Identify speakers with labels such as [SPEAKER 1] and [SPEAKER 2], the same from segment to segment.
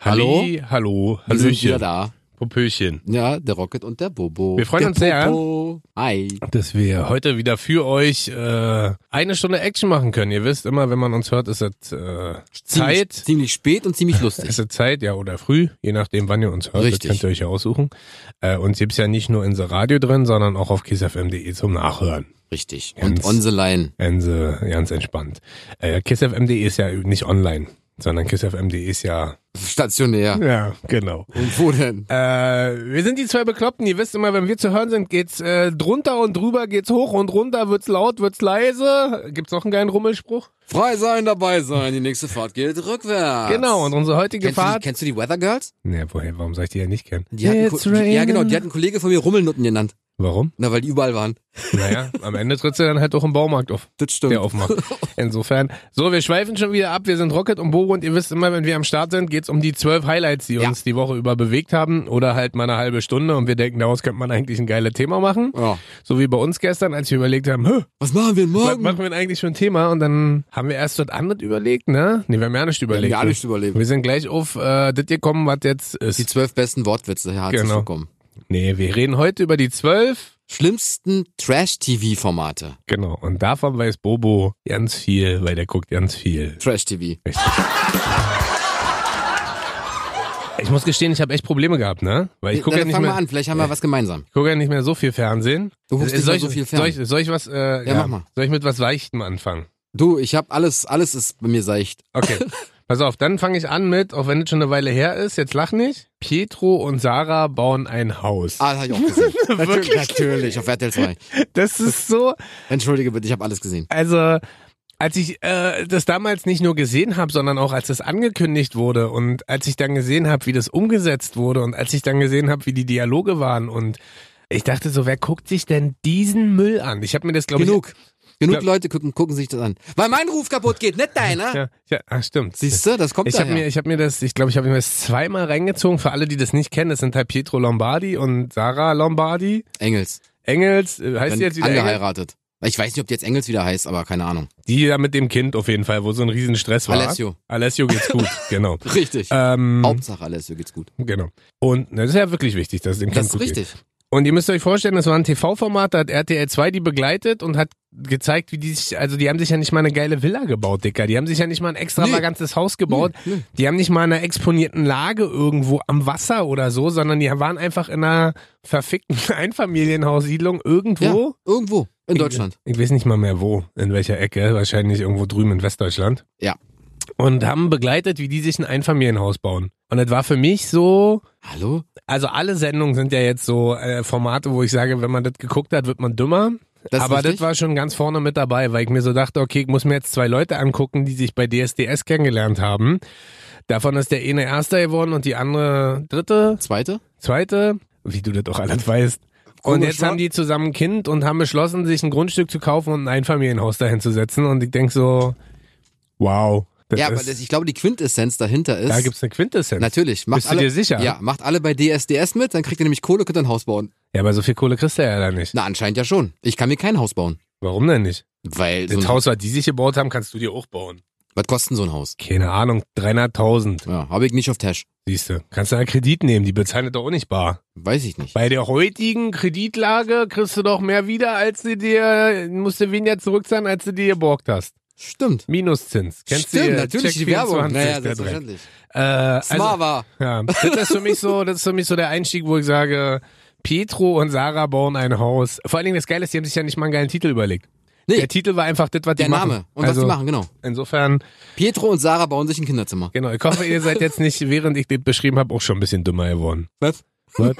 [SPEAKER 1] Hallo?
[SPEAKER 2] Halli, hallo,
[SPEAKER 1] Wir sind wieder
[SPEAKER 2] Hallöchen,
[SPEAKER 1] da.
[SPEAKER 2] Popöchen.
[SPEAKER 1] Ja, der Rocket und der Bobo.
[SPEAKER 2] Wir freuen
[SPEAKER 1] der
[SPEAKER 2] uns sehr.
[SPEAKER 1] Bobo. Hi.
[SPEAKER 2] Dass wir heute wieder für euch äh, eine Stunde Action machen können. Ihr wisst immer, wenn man uns hört, ist es äh,
[SPEAKER 1] Ziemlich,
[SPEAKER 2] Zeit.
[SPEAKER 1] ziemlich spät und ziemlich lustig.
[SPEAKER 2] Ist es Zeit, ja, oder früh, je nachdem, wann ihr uns hört.
[SPEAKER 1] Richtig.
[SPEAKER 2] Das könnt ihr euch ja aussuchen. Äh, uns gibt's ja nicht nur in the Radio drin, sondern auch auf kissfm.de zum Nachhören.
[SPEAKER 1] Richtig.
[SPEAKER 2] Ganz-
[SPEAKER 1] Und on the line.
[SPEAKER 2] Ganz, äh, ganz entspannt. Äh, kissfm.de ist ja nicht online, sondern kissfm.de ist ja...
[SPEAKER 1] Stationär.
[SPEAKER 2] Ja, genau.
[SPEAKER 1] Und wo denn?
[SPEAKER 2] Äh, wir sind die zwei Bekloppten. Ihr wisst immer, wenn wir zu hören sind, geht's äh, drunter und drüber, geht's hoch und runter, wird's laut, wird's leise. Gibt's noch einen geilen Rummelspruch?
[SPEAKER 1] Frei sein, dabei sein. Die nächste Fahrt geht rückwärts.
[SPEAKER 2] Genau, und unsere heutige
[SPEAKER 1] Ah, Kennst du, die,
[SPEAKER 2] Fahrt.
[SPEAKER 1] kennst du die Weather Girls?
[SPEAKER 2] Ne, woher, warum soll ich die ja nicht kennen?
[SPEAKER 1] Die hatten
[SPEAKER 2] It's
[SPEAKER 1] Ko- die, ja, genau. Die
[SPEAKER 2] raining.
[SPEAKER 1] hat einen Kollege von mir Rummelnutten genannt.
[SPEAKER 2] Warum?
[SPEAKER 1] Na, weil die überall waren.
[SPEAKER 2] Naja, am Ende tritt sie dann halt auch im Baumarkt auf.
[SPEAKER 1] Das stimmt.
[SPEAKER 2] Der aufmacht. Insofern. So, wir schweifen schon wieder ab. Wir sind Rocket und Bobo und ihr wisst immer, wenn wir am Start sind, geht's um die zwölf Highlights, die
[SPEAKER 1] Ja.
[SPEAKER 2] uns die Woche über bewegt haben oder halt mal eine halbe Stunde und wir denken, daraus könnte man eigentlich ein geiles Thema machen.
[SPEAKER 1] Ja.
[SPEAKER 2] So wie bei uns gestern, als wir überlegt haben, Hö,
[SPEAKER 1] Was machen wir denn
[SPEAKER 2] Was
[SPEAKER 1] morgen?
[SPEAKER 2] machen wir denn eigentlich für ein Thema? Und dann haben wir erst dort anderes überlegt, ne? Nee, wir haben ja nicht überlegt.
[SPEAKER 1] ja nicht überleben.
[SPEAKER 2] wir sind gleich auf äh, das gekommen, was jetzt
[SPEAKER 1] Die
[SPEAKER 2] ist.
[SPEAKER 1] zwölf besten Wortwitze. Ja, hat
[SPEAKER 2] Genau.
[SPEAKER 1] genau. bekommen.
[SPEAKER 2] Nee, wir reden heute über die zwölf.
[SPEAKER 1] Schlimmsten Trash-TV-Formate.
[SPEAKER 2] Genau. Und davon weiß Bobo ganz viel, weil der guckt ganz viel.
[SPEAKER 1] Trash-TV.
[SPEAKER 2] Ich muss gestehen, ich habe echt Probleme gehabt, ne? Weil ich gucke
[SPEAKER 1] Na,
[SPEAKER 2] ja
[SPEAKER 1] dann
[SPEAKER 2] nicht
[SPEAKER 1] fang mal
[SPEAKER 2] mehr. Äh.
[SPEAKER 1] an, vielleicht haben wir was gemeinsam.
[SPEAKER 2] Ich gucke ja nicht mehr so viel Fernsehen.
[SPEAKER 1] Du guckst
[SPEAKER 2] Äh,
[SPEAKER 1] nicht
[SPEAKER 2] soll
[SPEAKER 1] mehr
[SPEAKER 2] ich-
[SPEAKER 1] so viel
[SPEAKER 2] soll
[SPEAKER 1] Fernsehen.
[SPEAKER 2] ich, soll ich was, äh,
[SPEAKER 1] Ja, mach mal.
[SPEAKER 2] soll ich mit was Leichtem anfangen?
[SPEAKER 1] Du, ich habe alles, alles ist bei mir seicht.
[SPEAKER 2] Okay. Pass auf, dann fange ich an mit, auch wenn es schon eine Weile her ist, jetzt lach nicht. Pietro und Sarah bauen ein Haus.
[SPEAKER 1] Ah, das hab ich auch gesehen.
[SPEAKER 2] Wirklich?
[SPEAKER 1] Natürlich, auf RTL 2.
[SPEAKER 2] Das ist so,
[SPEAKER 1] Entschuldige bitte, ich habe alles gesehen.
[SPEAKER 2] also als ich äh, das damals nicht nur gesehen habe, sondern auch als es angekündigt wurde und als ich dann gesehen habe, wie das umgesetzt wurde und als ich dann gesehen habe, wie die Dialoge waren und ich dachte so, wer guckt sich denn diesen Müll an? Ich habe mir das glaube ich
[SPEAKER 1] Genug. Genug
[SPEAKER 2] Glaub-
[SPEAKER 1] Leute gucken, gucken sich das an. Weil mein Ruf kaputt geht, nicht deiner.
[SPEAKER 2] Ja, ja ah, stimmt.
[SPEAKER 1] Siehst du, das kommt
[SPEAKER 2] Ich habe
[SPEAKER 1] daher.
[SPEAKER 2] mir, ich habe mir das, ich glaube, ich habe mir das zweimal reingezogen. Für alle, die das nicht kennen, das sind halt Pietro Lombardi und Sarah Lombardi.
[SPEAKER 1] Engels.
[SPEAKER 2] Engels, äh, heißt
[SPEAKER 1] Wenn
[SPEAKER 2] die jetzt wieder Engels?
[SPEAKER 1] angeheiratet. Ich weiß nicht, ob die jetzt Engels wieder heißt, aber keine Ahnung.
[SPEAKER 2] Die ja mit dem Kind auf jeden Fall, wo so ein Riesenstress war.
[SPEAKER 1] Alessio.
[SPEAKER 2] Alessio geht's gut, genau.
[SPEAKER 1] Richtig.
[SPEAKER 2] Ähm,
[SPEAKER 1] Hauptsache Alessio geht's gut.
[SPEAKER 2] genau. Und na, das ist ja wirklich wichtig, dass es dem
[SPEAKER 1] Das
[SPEAKER 2] Kind
[SPEAKER 1] ist
[SPEAKER 2] gut geht.
[SPEAKER 1] richtig.
[SPEAKER 2] Und ihr müsst euch vorstellen, das war ein TV-Format, da hat RTL 2 die begleitet und hat gezeigt, wie die sich, also die haben sich ja nicht mal eine geile Villa gebaut, Dicker. Die haben sich ja nicht mal ein extravagantes Haus gebaut.
[SPEAKER 1] nee.
[SPEAKER 2] Die haben nicht mal in einer exponierten Lage irgendwo am Wasser oder so, sondern die waren einfach in einer verfickten Einfamilienhaussiedlung
[SPEAKER 1] Ja,
[SPEAKER 2] irgendwo.
[SPEAKER 1] irgendwo. In Deutschland.
[SPEAKER 2] Ich, ich weiß nicht mal mehr wo, in welcher Ecke, wahrscheinlich irgendwo drüben in Westdeutschland.
[SPEAKER 1] Ja.
[SPEAKER 2] Und haben begleitet, wie die sich ein Einfamilienhaus bauen. Und das war für mich so,
[SPEAKER 1] Hallo?
[SPEAKER 2] also alle Sendungen sind ja jetzt so äh, Formate, wo ich sage, wenn man das geguckt hat, wird man dümmer.
[SPEAKER 1] Das ist
[SPEAKER 2] Aber
[SPEAKER 1] richtig.
[SPEAKER 2] das war schon ganz vorne mit dabei, weil ich mir so dachte, okay, ich muss mir jetzt zwei Leute angucken, die sich bei DSDS kennengelernt haben. Davon ist der eine Erster geworden und die andere Dritte,
[SPEAKER 1] Zweite?
[SPEAKER 2] Zweite, wie du das doch alles weißt. und
[SPEAKER 1] Komisch,
[SPEAKER 2] jetzt
[SPEAKER 1] wa?
[SPEAKER 2] haben die zusammen ein Kind und haben beschlossen, sich ein Grundstück zu kaufen und ein Einfamilienhaus dahin zu setzen. Und ich denk so, wow. Das
[SPEAKER 1] ja,
[SPEAKER 2] ist,
[SPEAKER 1] aber das, ich glaube, die Quintessenz dahinter ist.
[SPEAKER 2] da gibt's eine Quintessenz.
[SPEAKER 1] Natürlich. Macht
[SPEAKER 2] Bist du
[SPEAKER 1] alle,
[SPEAKER 2] dir sicher?
[SPEAKER 1] Ja, macht alle bei DSDS mit, dann kriegt ihr nämlich Kohle, könnt ihr ein Haus bauen.
[SPEAKER 2] Ja, aber so viel Kohle kriegst du ja da nicht.
[SPEAKER 1] Na, anscheinend ja schon. Ich kann mir kein Haus bauen.
[SPEAKER 2] Warum denn nicht?
[SPEAKER 1] Weil, so
[SPEAKER 2] Das
[SPEAKER 1] ein,
[SPEAKER 2] Haus, was die sich gebaut haben, kannst du dir auch bauen.
[SPEAKER 1] was kostet denn so ein Haus?
[SPEAKER 2] Keine Ahnung, 300.000,
[SPEAKER 1] Ja, habe ich nicht auf Tash.
[SPEAKER 2] siehst du. Kannst du einen Kredit nehmen, die bezahlen das doch auch nicht bar.
[SPEAKER 1] Weiß ich nicht.
[SPEAKER 2] Bei der heutigen Kreditlage kriegst du doch mehr wieder, als du dir, musst du weniger zurückzahlen, als du dir geborgt hast.
[SPEAKER 1] Stimmt.
[SPEAKER 2] Minuszins. Kennst du
[SPEAKER 1] Stimmt,
[SPEAKER 2] hier?
[SPEAKER 1] natürlich
[SPEAKER 2] Check
[SPEAKER 1] die Werbung.
[SPEAKER 2] 24,
[SPEAKER 1] Naja,
[SPEAKER 2] der Dreck.
[SPEAKER 1] selbstverständlich.
[SPEAKER 2] Äh, also,
[SPEAKER 1] Smava.
[SPEAKER 2] ja, das ist für mich so, das ist für mich so der Einstieg, wo ich sage, Pietro und Sarah bauen ein Haus. Vor allen Dingen das Geile ist, die haben sich ja nicht mal einen geilen Titel überlegt.
[SPEAKER 1] Nee.
[SPEAKER 2] Der Titel war einfach das, was die
[SPEAKER 1] Der
[SPEAKER 2] machen.
[SPEAKER 1] Name. Und
[SPEAKER 2] also,
[SPEAKER 1] was die machen, genau.
[SPEAKER 2] Insofern,
[SPEAKER 1] Pietro und Sarah bauen sich ein Kinderzimmer.
[SPEAKER 2] genau. Ich hoffe, ihr seid jetzt nicht, während ich das beschrieben habe, auch schon ein bisschen dümmer geworden.
[SPEAKER 1] Was?
[SPEAKER 2] Was?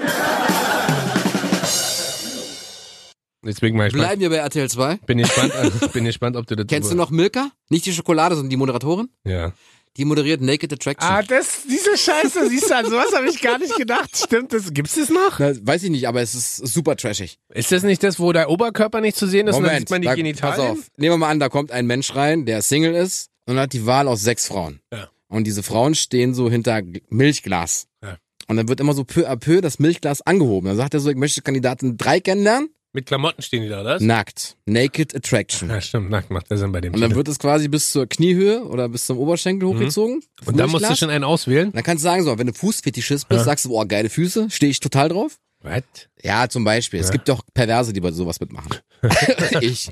[SPEAKER 2] Jetzt bin ich mal gespannt.
[SPEAKER 1] Bleiben wir bei RTL 2.
[SPEAKER 2] Bin gespannt, also, bin gespannt, ob du das
[SPEAKER 1] Kennst du noch Milka? Nicht die Schokolade, sondern die Moderatorin.
[SPEAKER 2] Ja.
[SPEAKER 1] Die moderiert Naked Attraction.
[SPEAKER 2] Ah, das, diese Scheiße, siehst du, an sowas habe ich gar nicht gedacht. Stimmt, das, gibt's das noch?
[SPEAKER 1] Na, weiß ich nicht, aber es ist super trashig.
[SPEAKER 2] Ist das nicht das, wo der Oberkörper nicht zu sehen ist und dann sieht man die
[SPEAKER 1] da,
[SPEAKER 2] Genitalien?
[SPEAKER 1] Pass auf. Nehmen wir mal an, da kommt ein Mensch rein, der Single ist und hat die Wahl aus sechs Frauen.
[SPEAKER 2] Ja.
[SPEAKER 1] Und diese Frauen stehen so hinter G- Milchglas.
[SPEAKER 2] Ja.
[SPEAKER 1] Und dann wird immer so peu à peu das Milchglas angehoben. Dann sagt er so, ich möchte Kandidaten drei kennenlernen
[SPEAKER 2] Mit Klamotten stehen die da, oder? was?
[SPEAKER 1] Nackt. Naked Attraction.
[SPEAKER 2] Ja, stimmt, nackt macht der Sinn bei dem
[SPEAKER 1] Und dann
[SPEAKER 2] Titel.
[SPEAKER 1] wird es quasi bis zur Kniehöhe oder bis zum Oberschenkel hochgezogen.
[SPEAKER 2] Mhm. Und dann musst du
[SPEAKER 1] Durchglas.
[SPEAKER 2] schon einen auswählen.
[SPEAKER 1] Dann kannst du sagen, so, wenn du Fußfetischist bist,
[SPEAKER 2] Ja.
[SPEAKER 1] sagst du, boah, geile Füße, stehe ich total drauf.
[SPEAKER 2] Was?
[SPEAKER 1] Ja, zum Beispiel. Es
[SPEAKER 2] Ja.
[SPEAKER 1] gibt doch Perverse, die bei sowas mitmachen. ich.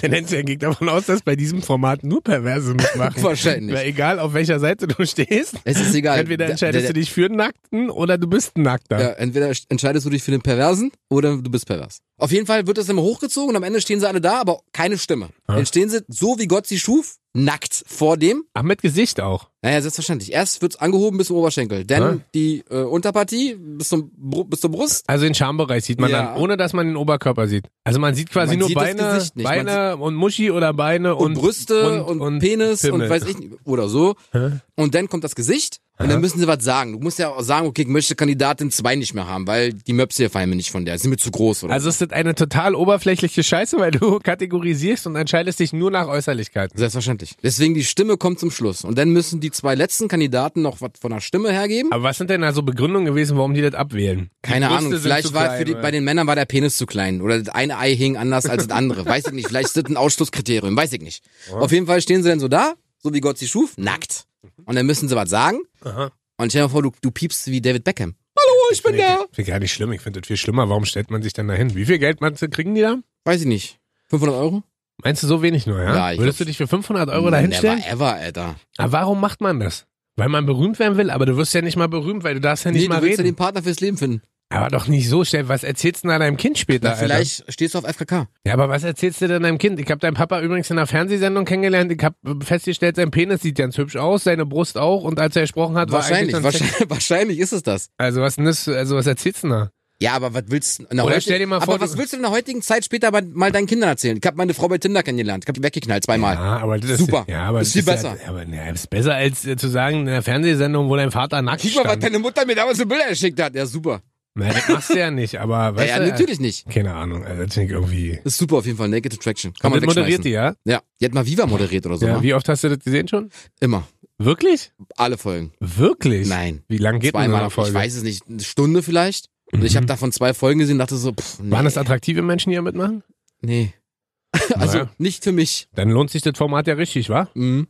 [SPEAKER 2] Tendenziell geht davon aus, dass bei diesem Format nur Perverse mitmachen.
[SPEAKER 1] Wahrscheinlich.
[SPEAKER 2] Weil egal, auf welcher Seite du stehst,
[SPEAKER 1] Es ist egal.
[SPEAKER 2] entweder
[SPEAKER 1] Der-
[SPEAKER 2] entscheidest
[SPEAKER 1] der-
[SPEAKER 2] du dich für einen Nackten oder du bist ein Nackter.
[SPEAKER 1] Ja, entweder sch- entscheidest du dich für den Perversen oder du bist pervers. Auf jeden Fall wird das immer hochgezogen und am Ende stehen sie alle da, aber keine Stimme.
[SPEAKER 2] Ja.
[SPEAKER 1] Dann stehen sie, so wie Gott sie schuf, nackt vor dem.
[SPEAKER 2] Ach, mit Gesicht auch.
[SPEAKER 1] Naja, selbstverständlich. Erst wird's angehoben bis zum Oberschenkel, dann
[SPEAKER 2] Ja.
[SPEAKER 1] die äh, Unterpartie bis, zum, Bru- bis zur Brust.
[SPEAKER 2] Also den Schambereich sieht man
[SPEAKER 1] Ja.
[SPEAKER 2] dann, ohne dass man den Oberkörper sieht. Also man sieht quasi
[SPEAKER 1] Man
[SPEAKER 2] nur
[SPEAKER 1] sieht das
[SPEAKER 2] Beine,
[SPEAKER 1] Gesicht nicht. Man
[SPEAKER 2] Beine und Muschi oder Beine und,
[SPEAKER 1] Und, Brüste und, Penis und
[SPEAKER 2] Pimmel.
[SPEAKER 1] weiß ich nicht, oder so.
[SPEAKER 2] Hä?
[SPEAKER 1] Und dann kommt das Gesicht und dann müssen sie was sagen. Du musst ja auch sagen, okay, ich möchte Kandidatin 2 nicht mehr haben, weil die Möpse hier fallen mir nicht von der. Sind mir zu groß, oder?
[SPEAKER 2] Also es ist eine total oberflächliche Scheiße, weil du kategorisierst und entscheidest dich nur nach Äußerlichkeiten.
[SPEAKER 1] Selbstverständlich. Deswegen die Stimme kommt zum Schluss. Und dann müssen die zwei letzten Kandidaten noch was von der Stimme hergeben.
[SPEAKER 2] Aber was sind denn also Begründungen gewesen, warum die das abwählen? Die
[SPEAKER 1] Keine
[SPEAKER 2] Brüste
[SPEAKER 1] Ahnung,
[SPEAKER 2] sind
[SPEAKER 1] vielleicht
[SPEAKER 2] zu
[SPEAKER 1] war
[SPEAKER 2] klein,
[SPEAKER 1] für die,
[SPEAKER 2] oder?
[SPEAKER 1] bei den Männern war der Penis zu klein oder das eine Ei hing anders als das andere. Weiß ich nicht, vielleicht ist das ein Ausschlusskriterium, weiß ich nicht. Auf jeden Fall stehen sie dann so da, so wie Gott sie schuf, nackt. Und dann müssen sie was sagen.
[SPEAKER 2] Aha.
[SPEAKER 1] Und stell dir mal vor, du, du piepst wie David Beckham. Hallo, ich bin da.
[SPEAKER 2] Finde ich gar nicht schlimm. Ich finde das viel schlimmer. Warum stellt man sich dann dahin? Wie viel Geld meinst du, kriegen die da?
[SPEAKER 1] Weiß ich nicht. 500 Euro?
[SPEAKER 2] Meinst du so wenig nur, ja?
[SPEAKER 1] Ja, ich
[SPEAKER 2] Würdest du
[SPEAKER 1] glaub-
[SPEAKER 2] dich für 500 Euro dahin stellen?
[SPEAKER 1] Never ever, Alter.
[SPEAKER 2] Aber warum macht man das? Weil man berühmt werden will, aber du wirst ja nicht mal berühmt, weil du darfst ja nicht
[SPEAKER 1] Nee, du
[SPEAKER 2] mal
[SPEAKER 1] willst ja den
[SPEAKER 2] reden.
[SPEAKER 1] Partner fürs Leben finden.
[SPEAKER 2] Aber doch nicht so schnell. Was erzählst du denn deinem Kind später,
[SPEAKER 1] Na, vielleicht stehst du auf FKK.
[SPEAKER 2] Alter? Ja, aber was erzählst du denn deinem Kind? Ich habe deinen Papa übrigens in einer Fernsehsendung kennengelernt. Ich habe festgestellt, sein Penis sieht ganz hübsch aus, seine Brust auch. Und als er gesprochen hat,
[SPEAKER 1] Wahrscheinlich,
[SPEAKER 2] war eigentlich dann-
[SPEAKER 1] wahrscheinlich, wahrscheinlich ist es das.
[SPEAKER 2] Also was, denn das, also was erzählst du denn da?
[SPEAKER 1] Ja, aber was willst du in der
[SPEAKER 2] Oder
[SPEAKER 1] heutigen-
[SPEAKER 2] stell dir mal vor,
[SPEAKER 1] aber was
[SPEAKER 2] du-
[SPEAKER 1] willst du in der heutigen Zeit später mal, mal deinen Kindern erzählen? Ich habe meine Frau bei Tinder kennengelernt, ich habe die weggeknallt zweimal.
[SPEAKER 2] Ja, aber das
[SPEAKER 1] Super.
[SPEAKER 2] Ist, ja, aber
[SPEAKER 1] Ist
[SPEAKER 2] das
[SPEAKER 1] viel
[SPEAKER 2] Ja,
[SPEAKER 1] besser.
[SPEAKER 2] ja, aber ja, ist besser als äh, zu sagen in einer Fernsehsendung, wo dein Vater nackt
[SPEAKER 1] Guck mal, was
[SPEAKER 2] stand.
[SPEAKER 1] deine Mutter mir damals für Bilder geschickt hat. Ja, super.
[SPEAKER 2] Na, das machst du ja nicht, aber
[SPEAKER 1] Ja,
[SPEAKER 2] weißt
[SPEAKER 1] ja,
[SPEAKER 2] du, äh,
[SPEAKER 1] natürlich nicht.
[SPEAKER 2] keine Ahnung, also das klingt irgendwie.
[SPEAKER 1] Ist super auf jeden Fall. Naked Attraction. Kann
[SPEAKER 2] Und
[SPEAKER 1] man
[SPEAKER 2] das moderiert die,
[SPEAKER 1] wegschmeißen.
[SPEAKER 2] ja?
[SPEAKER 1] Ja, die hat mal Viva moderiert oder so.
[SPEAKER 2] ja?
[SPEAKER 1] Ja,
[SPEAKER 2] Wie oft hast du das gesehen schon?
[SPEAKER 1] Immer.
[SPEAKER 2] Wirklich?
[SPEAKER 1] Alle Folgen.
[SPEAKER 2] Wirklich?
[SPEAKER 1] Nein.
[SPEAKER 2] Wie lang geht denn so
[SPEAKER 1] Zweimal.
[SPEAKER 2] eine Folge? Mhm.
[SPEAKER 1] Ich weiß es nicht. Eine Stunde vielleicht. Und ich habe davon zwei Folgen gesehen und dachte so, pff, nee.
[SPEAKER 2] Waren das attraktive Menschen, die hier mitmachen?
[SPEAKER 1] Nee. also
[SPEAKER 2] Naja.
[SPEAKER 1] nicht für mich.
[SPEAKER 2] Dann lohnt sich das Format ja richtig, wa?
[SPEAKER 1] Mhm.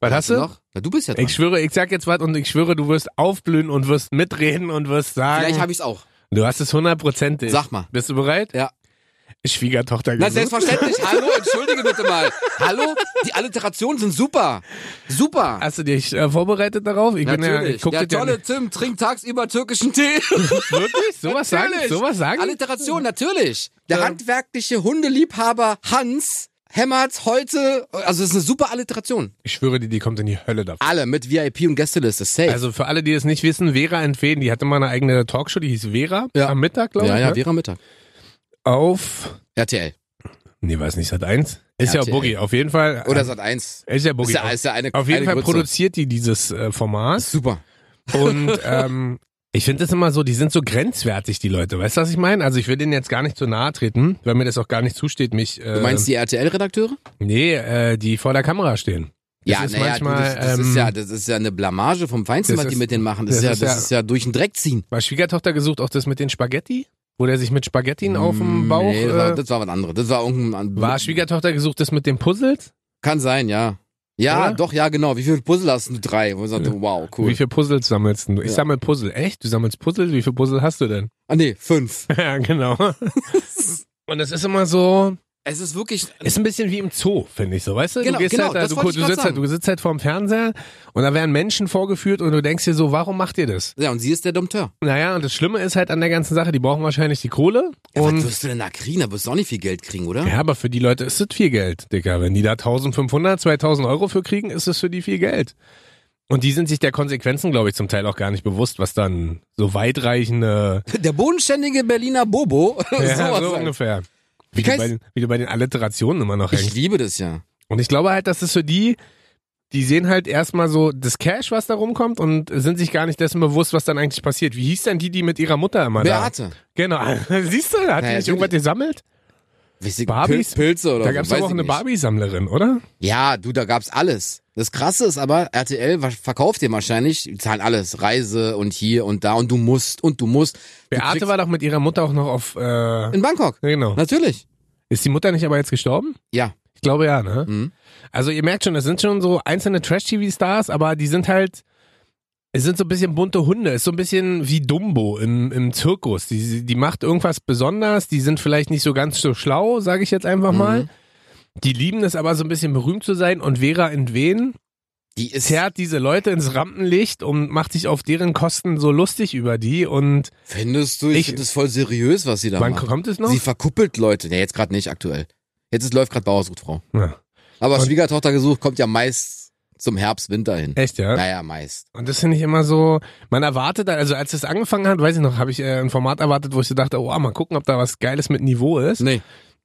[SPEAKER 2] Was hast du?
[SPEAKER 1] Noch? Na, du bist ja dran.
[SPEAKER 2] Ich schwöre, ich sag jetzt was und ich schwöre, du wirst aufblühen und wirst mitreden und wirst sagen.
[SPEAKER 1] Vielleicht habe ich es auch.
[SPEAKER 2] du hast es hundertprozentig.
[SPEAKER 1] Sag mal.
[SPEAKER 2] Bist du bereit?
[SPEAKER 1] Ja.
[SPEAKER 2] Schwiegertochter
[SPEAKER 1] Na,
[SPEAKER 2] gesucht.
[SPEAKER 1] selbstverständlich. Hallo, entschuldige bitte mal. Hallo, die Alliterationen sind super. Super.
[SPEAKER 2] Hast du dich äh, vorbereitet darauf? Ich bin ja,
[SPEAKER 1] Natürlich.
[SPEAKER 2] ich guck
[SPEAKER 1] Der
[SPEAKER 2] das ja
[SPEAKER 1] tolle
[SPEAKER 2] nicht.
[SPEAKER 1] Tim trinkt tagsüber türkischen Tee.
[SPEAKER 2] Wirklich? Sowas sagen?
[SPEAKER 1] Natürlich.
[SPEAKER 2] Sowas sagen?
[SPEAKER 1] Alliteration, natürlich. Der
[SPEAKER 2] Ja.
[SPEAKER 1] handwerkliche Hundeliebhaber Hans hämmert heute, also es ist eine super Alliteration.
[SPEAKER 2] Ich schwöre dir, die kommt in die Hölle davon.
[SPEAKER 1] Alle mit VIP und Gästeliste, safe.
[SPEAKER 2] Also für alle, die es nicht wissen, Vera entweden, die hatte mal eine eigene Talkshow, die hieß Vera
[SPEAKER 1] Ja.
[SPEAKER 2] am Mittag, glaube
[SPEAKER 1] ja,
[SPEAKER 2] ich.
[SPEAKER 1] ja,
[SPEAKER 2] ne?
[SPEAKER 1] Vera Mittag.
[SPEAKER 2] Auf.
[SPEAKER 1] RTL.
[SPEAKER 2] Nee, war es nicht Sat 1? Ist ja
[SPEAKER 1] RTL.
[SPEAKER 2] Boogie, auf jeden Fall.
[SPEAKER 1] Oder Sat 1.
[SPEAKER 2] Ist ja
[SPEAKER 1] Ist
[SPEAKER 2] Boogie.
[SPEAKER 1] ja, ist ja eine
[SPEAKER 2] Äh, auf jeden
[SPEAKER 1] eine
[SPEAKER 2] Fall
[SPEAKER 1] Grütze.
[SPEAKER 2] produziert die dieses äh, Format.
[SPEAKER 1] Super.
[SPEAKER 2] Und ähm, ich finde das immer so, die sind so grenzwertig, die Leute. Weißt du, was ich meine? Also ich will denen jetzt gar nicht zu nahe treten, weil mir das auch gar nicht zusteht, mich. Äh,
[SPEAKER 1] Du meinst die RTL-Redakteure?
[SPEAKER 2] Nee, äh, die vor der Kamera stehen. Das
[SPEAKER 1] Ja,
[SPEAKER 2] ist
[SPEAKER 1] naja, du, das,
[SPEAKER 2] manchmal,
[SPEAKER 1] das,
[SPEAKER 2] ähm,
[SPEAKER 1] ist ja, das ist ja eine Blamage vom Feinsten,
[SPEAKER 2] das
[SPEAKER 1] was die
[SPEAKER 2] ist-
[SPEAKER 1] mit denen machen. Das, ist, ja, das ist ja durch den Dreck ziehen.
[SPEAKER 2] War Schwiegertochter gesucht auch das mit den Spaghetti? Wo der sich mit Spaghettin auf dem Bauch.
[SPEAKER 1] Hm, Mm, Nee, das, war,
[SPEAKER 2] äh,
[SPEAKER 1] das war was anderes. Das war irgendein.
[SPEAKER 2] war Schwiegertochter gesucht das mit den Puzzles?
[SPEAKER 1] Kann sein, ja. Ja,
[SPEAKER 2] Oder?
[SPEAKER 1] doch, ja, genau. Wie viele Puzzle hast du? Drei. Wo ich sagte, wow,
[SPEAKER 2] Wie
[SPEAKER 1] cool.
[SPEAKER 2] viele Puzzles sammelst denn du? Ich
[SPEAKER 1] Ja.
[SPEAKER 2] sammel Puzzle. Echt? Du sammelst Puzzle? Wie viele Puzzle hast du denn?
[SPEAKER 1] Ah, nee, fünf.
[SPEAKER 2] ja, genau. Und es ist immer so,
[SPEAKER 1] Es ist wirklich.
[SPEAKER 2] ist ein bisschen wie im Zoo, finde ich so, weißt du?
[SPEAKER 1] Genau,
[SPEAKER 2] du, gehst
[SPEAKER 1] genau,
[SPEAKER 2] halt, da-
[SPEAKER 1] das
[SPEAKER 2] du,
[SPEAKER 1] wollte ich
[SPEAKER 2] du,
[SPEAKER 1] grad
[SPEAKER 2] sitzt halt,
[SPEAKER 1] sagen.
[SPEAKER 2] du sitzt halt vorm Fernseher und da werden Menschen vorgeführt und du denkst dir so, warum macht ihr das?
[SPEAKER 1] Ja, und sie ist der Dompteur.
[SPEAKER 2] Naja, und das Schlimme ist halt an der ganzen Sache, die brauchen wahrscheinlich die Kohle.
[SPEAKER 1] Ja, was
[SPEAKER 2] und
[SPEAKER 1] wirst du denn da kriegen? Da wirst du auch nicht viel Geld kriegen, oder?
[SPEAKER 2] Ja, aber für die Leute ist es viel Geld, Dicker. Wenn die da 1500, 2000 Euro für kriegen, ist es für die viel Geld. Und die sind sich der Konsequenzen, glaube ich, zum Teil auch gar nicht bewusst, was dann so weitreichende,
[SPEAKER 1] Der bodenständige Berliner Bobo.
[SPEAKER 2] ja,
[SPEAKER 1] sowas halt.
[SPEAKER 2] so
[SPEAKER 1] sagt.
[SPEAKER 2] ungefähr. Wie
[SPEAKER 1] Wie
[SPEAKER 2] du,
[SPEAKER 1] kannst-
[SPEAKER 2] bei den, wie du bei den Alliterationen immer noch
[SPEAKER 1] Ich
[SPEAKER 2] hängst.
[SPEAKER 1] liebe das ja.
[SPEAKER 2] Und ich glaube halt, dass es für die, die sehen halt erstmal so das Cash, was da rumkommt und sind sich gar nicht dessen bewusst, was dann eigentlich passiert. Wie hieß denn die, die mit ihrer Mutter immer da?
[SPEAKER 1] Beate.
[SPEAKER 2] Genau. Siehst du, hat die
[SPEAKER 1] Naja,
[SPEAKER 2] nicht irgendwas
[SPEAKER 1] natürlich.
[SPEAKER 2] gesammelt?
[SPEAKER 1] weiß ich,
[SPEAKER 2] Barbies?
[SPEAKER 1] Pil- Pilze oder
[SPEAKER 2] Da
[SPEAKER 1] so.
[SPEAKER 2] gab es
[SPEAKER 1] weiß
[SPEAKER 2] auch
[SPEAKER 1] ich
[SPEAKER 2] eine
[SPEAKER 1] nicht.
[SPEAKER 2] Barbie-Sammlerin, oder?
[SPEAKER 1] Ja, du, da gab's alles. Das Krasse ist aber, RTL wa- verkauft dir wahrscheinlich, die zahlen alles, Reise und hier und da und du musst und du musst. Du
[SPEAKER 2] Beate
[SPEAKER 1] kriegst-
[SPEAKER 2] war doch mit ihrer Mutter auch noch auf. Äh,
[SPEAKER 1] in Bangkok.
[SPEAKER 2] genau.
[SPEAKER 1] Natürlich.
[SPEAKER 2] Ist die Mutter nicht aber jetzt gestorben?
[SPEAKER 1] Ja.
[SPEAKER 2] Ich glaube ja, ne?
[SPEAKER 1] Mhm.
[SPEAKER 2] Also ihr merkt schon, das sind schon so einzelne Trash-TV-Stars, aber die sind halt, es sind so ein bisschen bunte Hunde, ist so ein bisschen wie Dumbo im, im Zirkus. Die, die macht irgendwas besonders, die sind vielleicht nicht so ganz so schlau, sage ich jetzt einfach mal.
[SPEAKER 1] Mhm.
[SPEAKER 2] Die lieben es aber so ein bisschen berühmt zu sein und Vera entwen
[SPEAKER 1] Die ist
[SPEAKER 2] zerrt diese Leute ins Rampenlicht und macht sich auf deren Kosten so lustig über die und
[SPEAKER 1] Findest du, ich,
[SPEAKER 2] Ich-
[SPEAKER 1] finde das voll seriös, was sie da
[SPEAKER 2] wann
[SPEAKER 1] macht.
[SPEAKER 2] kommt es noch?
[SPEAKER 1] Sie verkuppelt Leute. Ja, jetzt gerade nicht aktuell. Jetzt ist, läuft gerade Bauer sucht Frau.
[SPEAKER 2] Ja.
[SPEAKER 1] Aber
[SPEAKER 2] Und- Äh,
[SPEAKER 1] Schwiegertochter gesucht kommt ja meist zum Herbst, Winter hin.
[SPEAKER 2] Echt, ja?
[SPEAKER 1] Naja, meist.
[SPEAKER 2] Und das finde ich immer so, man erwartet, da- also als es angefangen hat, weiß ich noch, habe ich äh, ein Format erwartet, wo ich so dachte, oh, mal gucken, ob da was Geiles mit Niveau ist.
[SPEAKER 1] Nee.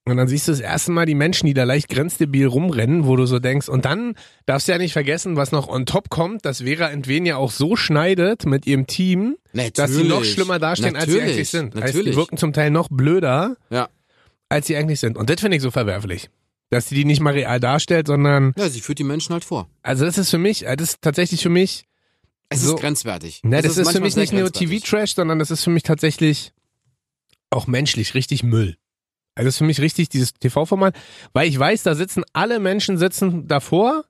[SPEAKER 2] Und dann siehst du das erste Mal die Menschen, die da leicht grenzdebil rumrennen, wo du so denkst, und dann darfst du ja nicht vergessen, was noch on top kommt, dass Vera Entwen ja auch so schneidet mit ihrem Team,
[SPEAKER 1] Natürlich.
[SPEAKER 2] dass sie noch schlimmer dastehen, als sie
[SPEAKER 1] Natürlich.
[SPEAKER 2] eigentlich sind. Heißt, die
[SPEAKER 1] Natürlich.
[SPEAKER 2] wirken zum Teil noch blöder,
[SPEAKER 1] Ja.
[SPEAKER 2] als sie eigentlich sind. Und das finde ich so verwerflich. Dass sie die nicht mal real darstellt, sondern,
[SPEAKER 1] ja, sie führt die Menschen halt vor.
[SPEAKER 2] also das ist für mich, äh, das ist tatsächlich für mich
[SPEAKER 1] Es
[SPEAKER 2] So.
[SPEAKER 1] ist grenzwertig.
[SPEAKER 2] Na,
[SPEAKER 1] Es
[SPEAKER 2] Ne, das, ist für
[SPEAKER 1] manchmal
[SPEAKER 2] mich
[SPEAKER 1] sehr
[SPEAKER 2] nicht nur
[SPEAKER 1] grenzwertig.
[SPEAKER 2] TV-Trash, sondern das ist für mich tatsächlich auch menschlich richtig Müll. Also das ist für mich richtig dieses TV-Format, weil ich weiß, da sitzen alle Menschen sitzen davor,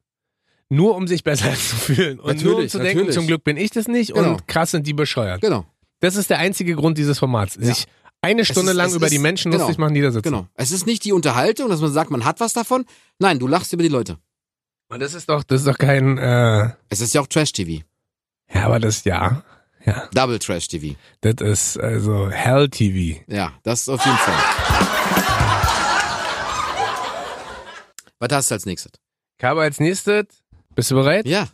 [SPEAKER 2] nur um sich besser zu fühlen und nur um
[SPEAKER 1] Natürlich,
[SPEAKER 2] zu denken,
[SPEAKER 1] natürlich.
[SPEAKER 2] zum Glück bin ich das nicht
[SPEAKER 1] Genau.
[SPEAKER 2] und krass sind die bescheuert.
[SPEAKER 1] Genau,
[SPEAKER 2] Das ist der einzige Grund dieses Formats, sich eine Stunde
[SPEAKER 1] ist-
[SPEAKER 2] lang
[SPEAKER 1] es
[SPEAKER 2] über
[SPEAKER 1] ist-
[SPEAKER 2] die Menschen
[SPEAKER 1] genau.
[SPEAKER 2] lustig machen, die da sitzen.
[SPEAKER 1] genau. Es ist nicht die Unterhaltung, dass man sagt, man hat was davon. Nein, du lachst über die Leute.
[SPEAKER 2] Und das ist doch, das ist doch kein, äh,
[SPEAKER 1] Es ist ja auch Trash-TV.
[SPEAKER 2] ja, aber das ja, ja,
[SPEAKER 1] Double Trash-TV.
[SPEAKER 2] das ist also Hell TV.
[SPEAKER 1] Ja, das auf jeden Fall. Was hast du als nächstes?
[SPEAKER 2] Ich habe als nächstes, bist du bereit?
[SPEAKER 1] Ja,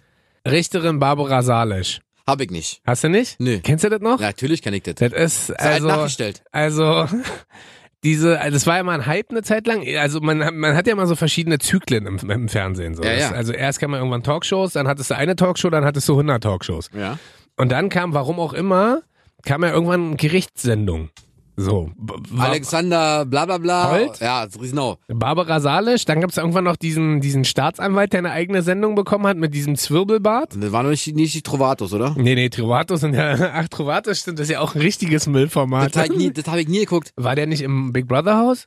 [SPEAKER 2] Richterin Barbara Salisch.
[SPEAKER 1] hab ich nicht.
[SPEAKER 2] Hast du nicht?
[SPEAKER 1] Nö.
[SPEAKER 2] Kennst du das noch?
[SPEAKER 1] Natürlich kann ich das.
[SPEAKER 2] Das ist
[SPEAKER 1] Ist halt
[SPEAKER 2] also
[SPEAKER 1] nachgestellt.
[SPEAKER 2] also diese also das war ja mal ein Hype eine Zeit lang. Also man hat- man hat ja mal so verschiedene Zyklen im, im Fernsehen so.
[SPEAKER 1] Ja,
[SPEAKER 2] Das-
[SPEAKER 1] ja.
[SPEAKER 2] Also erst kam man irgendwann Talkshows, dann hattest du eine Talkshow, dann hattest du 100 Talkshows.
[SPEAKER 1] Ja.
[SPEAKER 2] Und dann kam warum auch immer kam ja irgendwann Gerichtssendung. So B- war-
[SPEAKER 1] Alexander, bla bla bla.
[SPEAKER 2] Holt?
[SPEAKER 1] Ja, genau. Riesenau.
[SPEAKER 2] Barbara Salisch, dann gab es irgendwann noch diesen diesen Staatsanwalt, der eine eigene Sendung bekommen hat mit diesem Zwirbelbart.
[SPEAKER 1] Das waren nicht, nicht die Trovatos, oder?
[SPEAKER 2] Nee, nee, Trovatos sind ja, ach, Trovatos stimmt, das ist ja auch ein richtiges Müllformat.
[SPEAKER 1] Das habe ich, nie- das hab ich nie geguckt.
[SPEAKER 2] War der nicht im Big Brother Haus?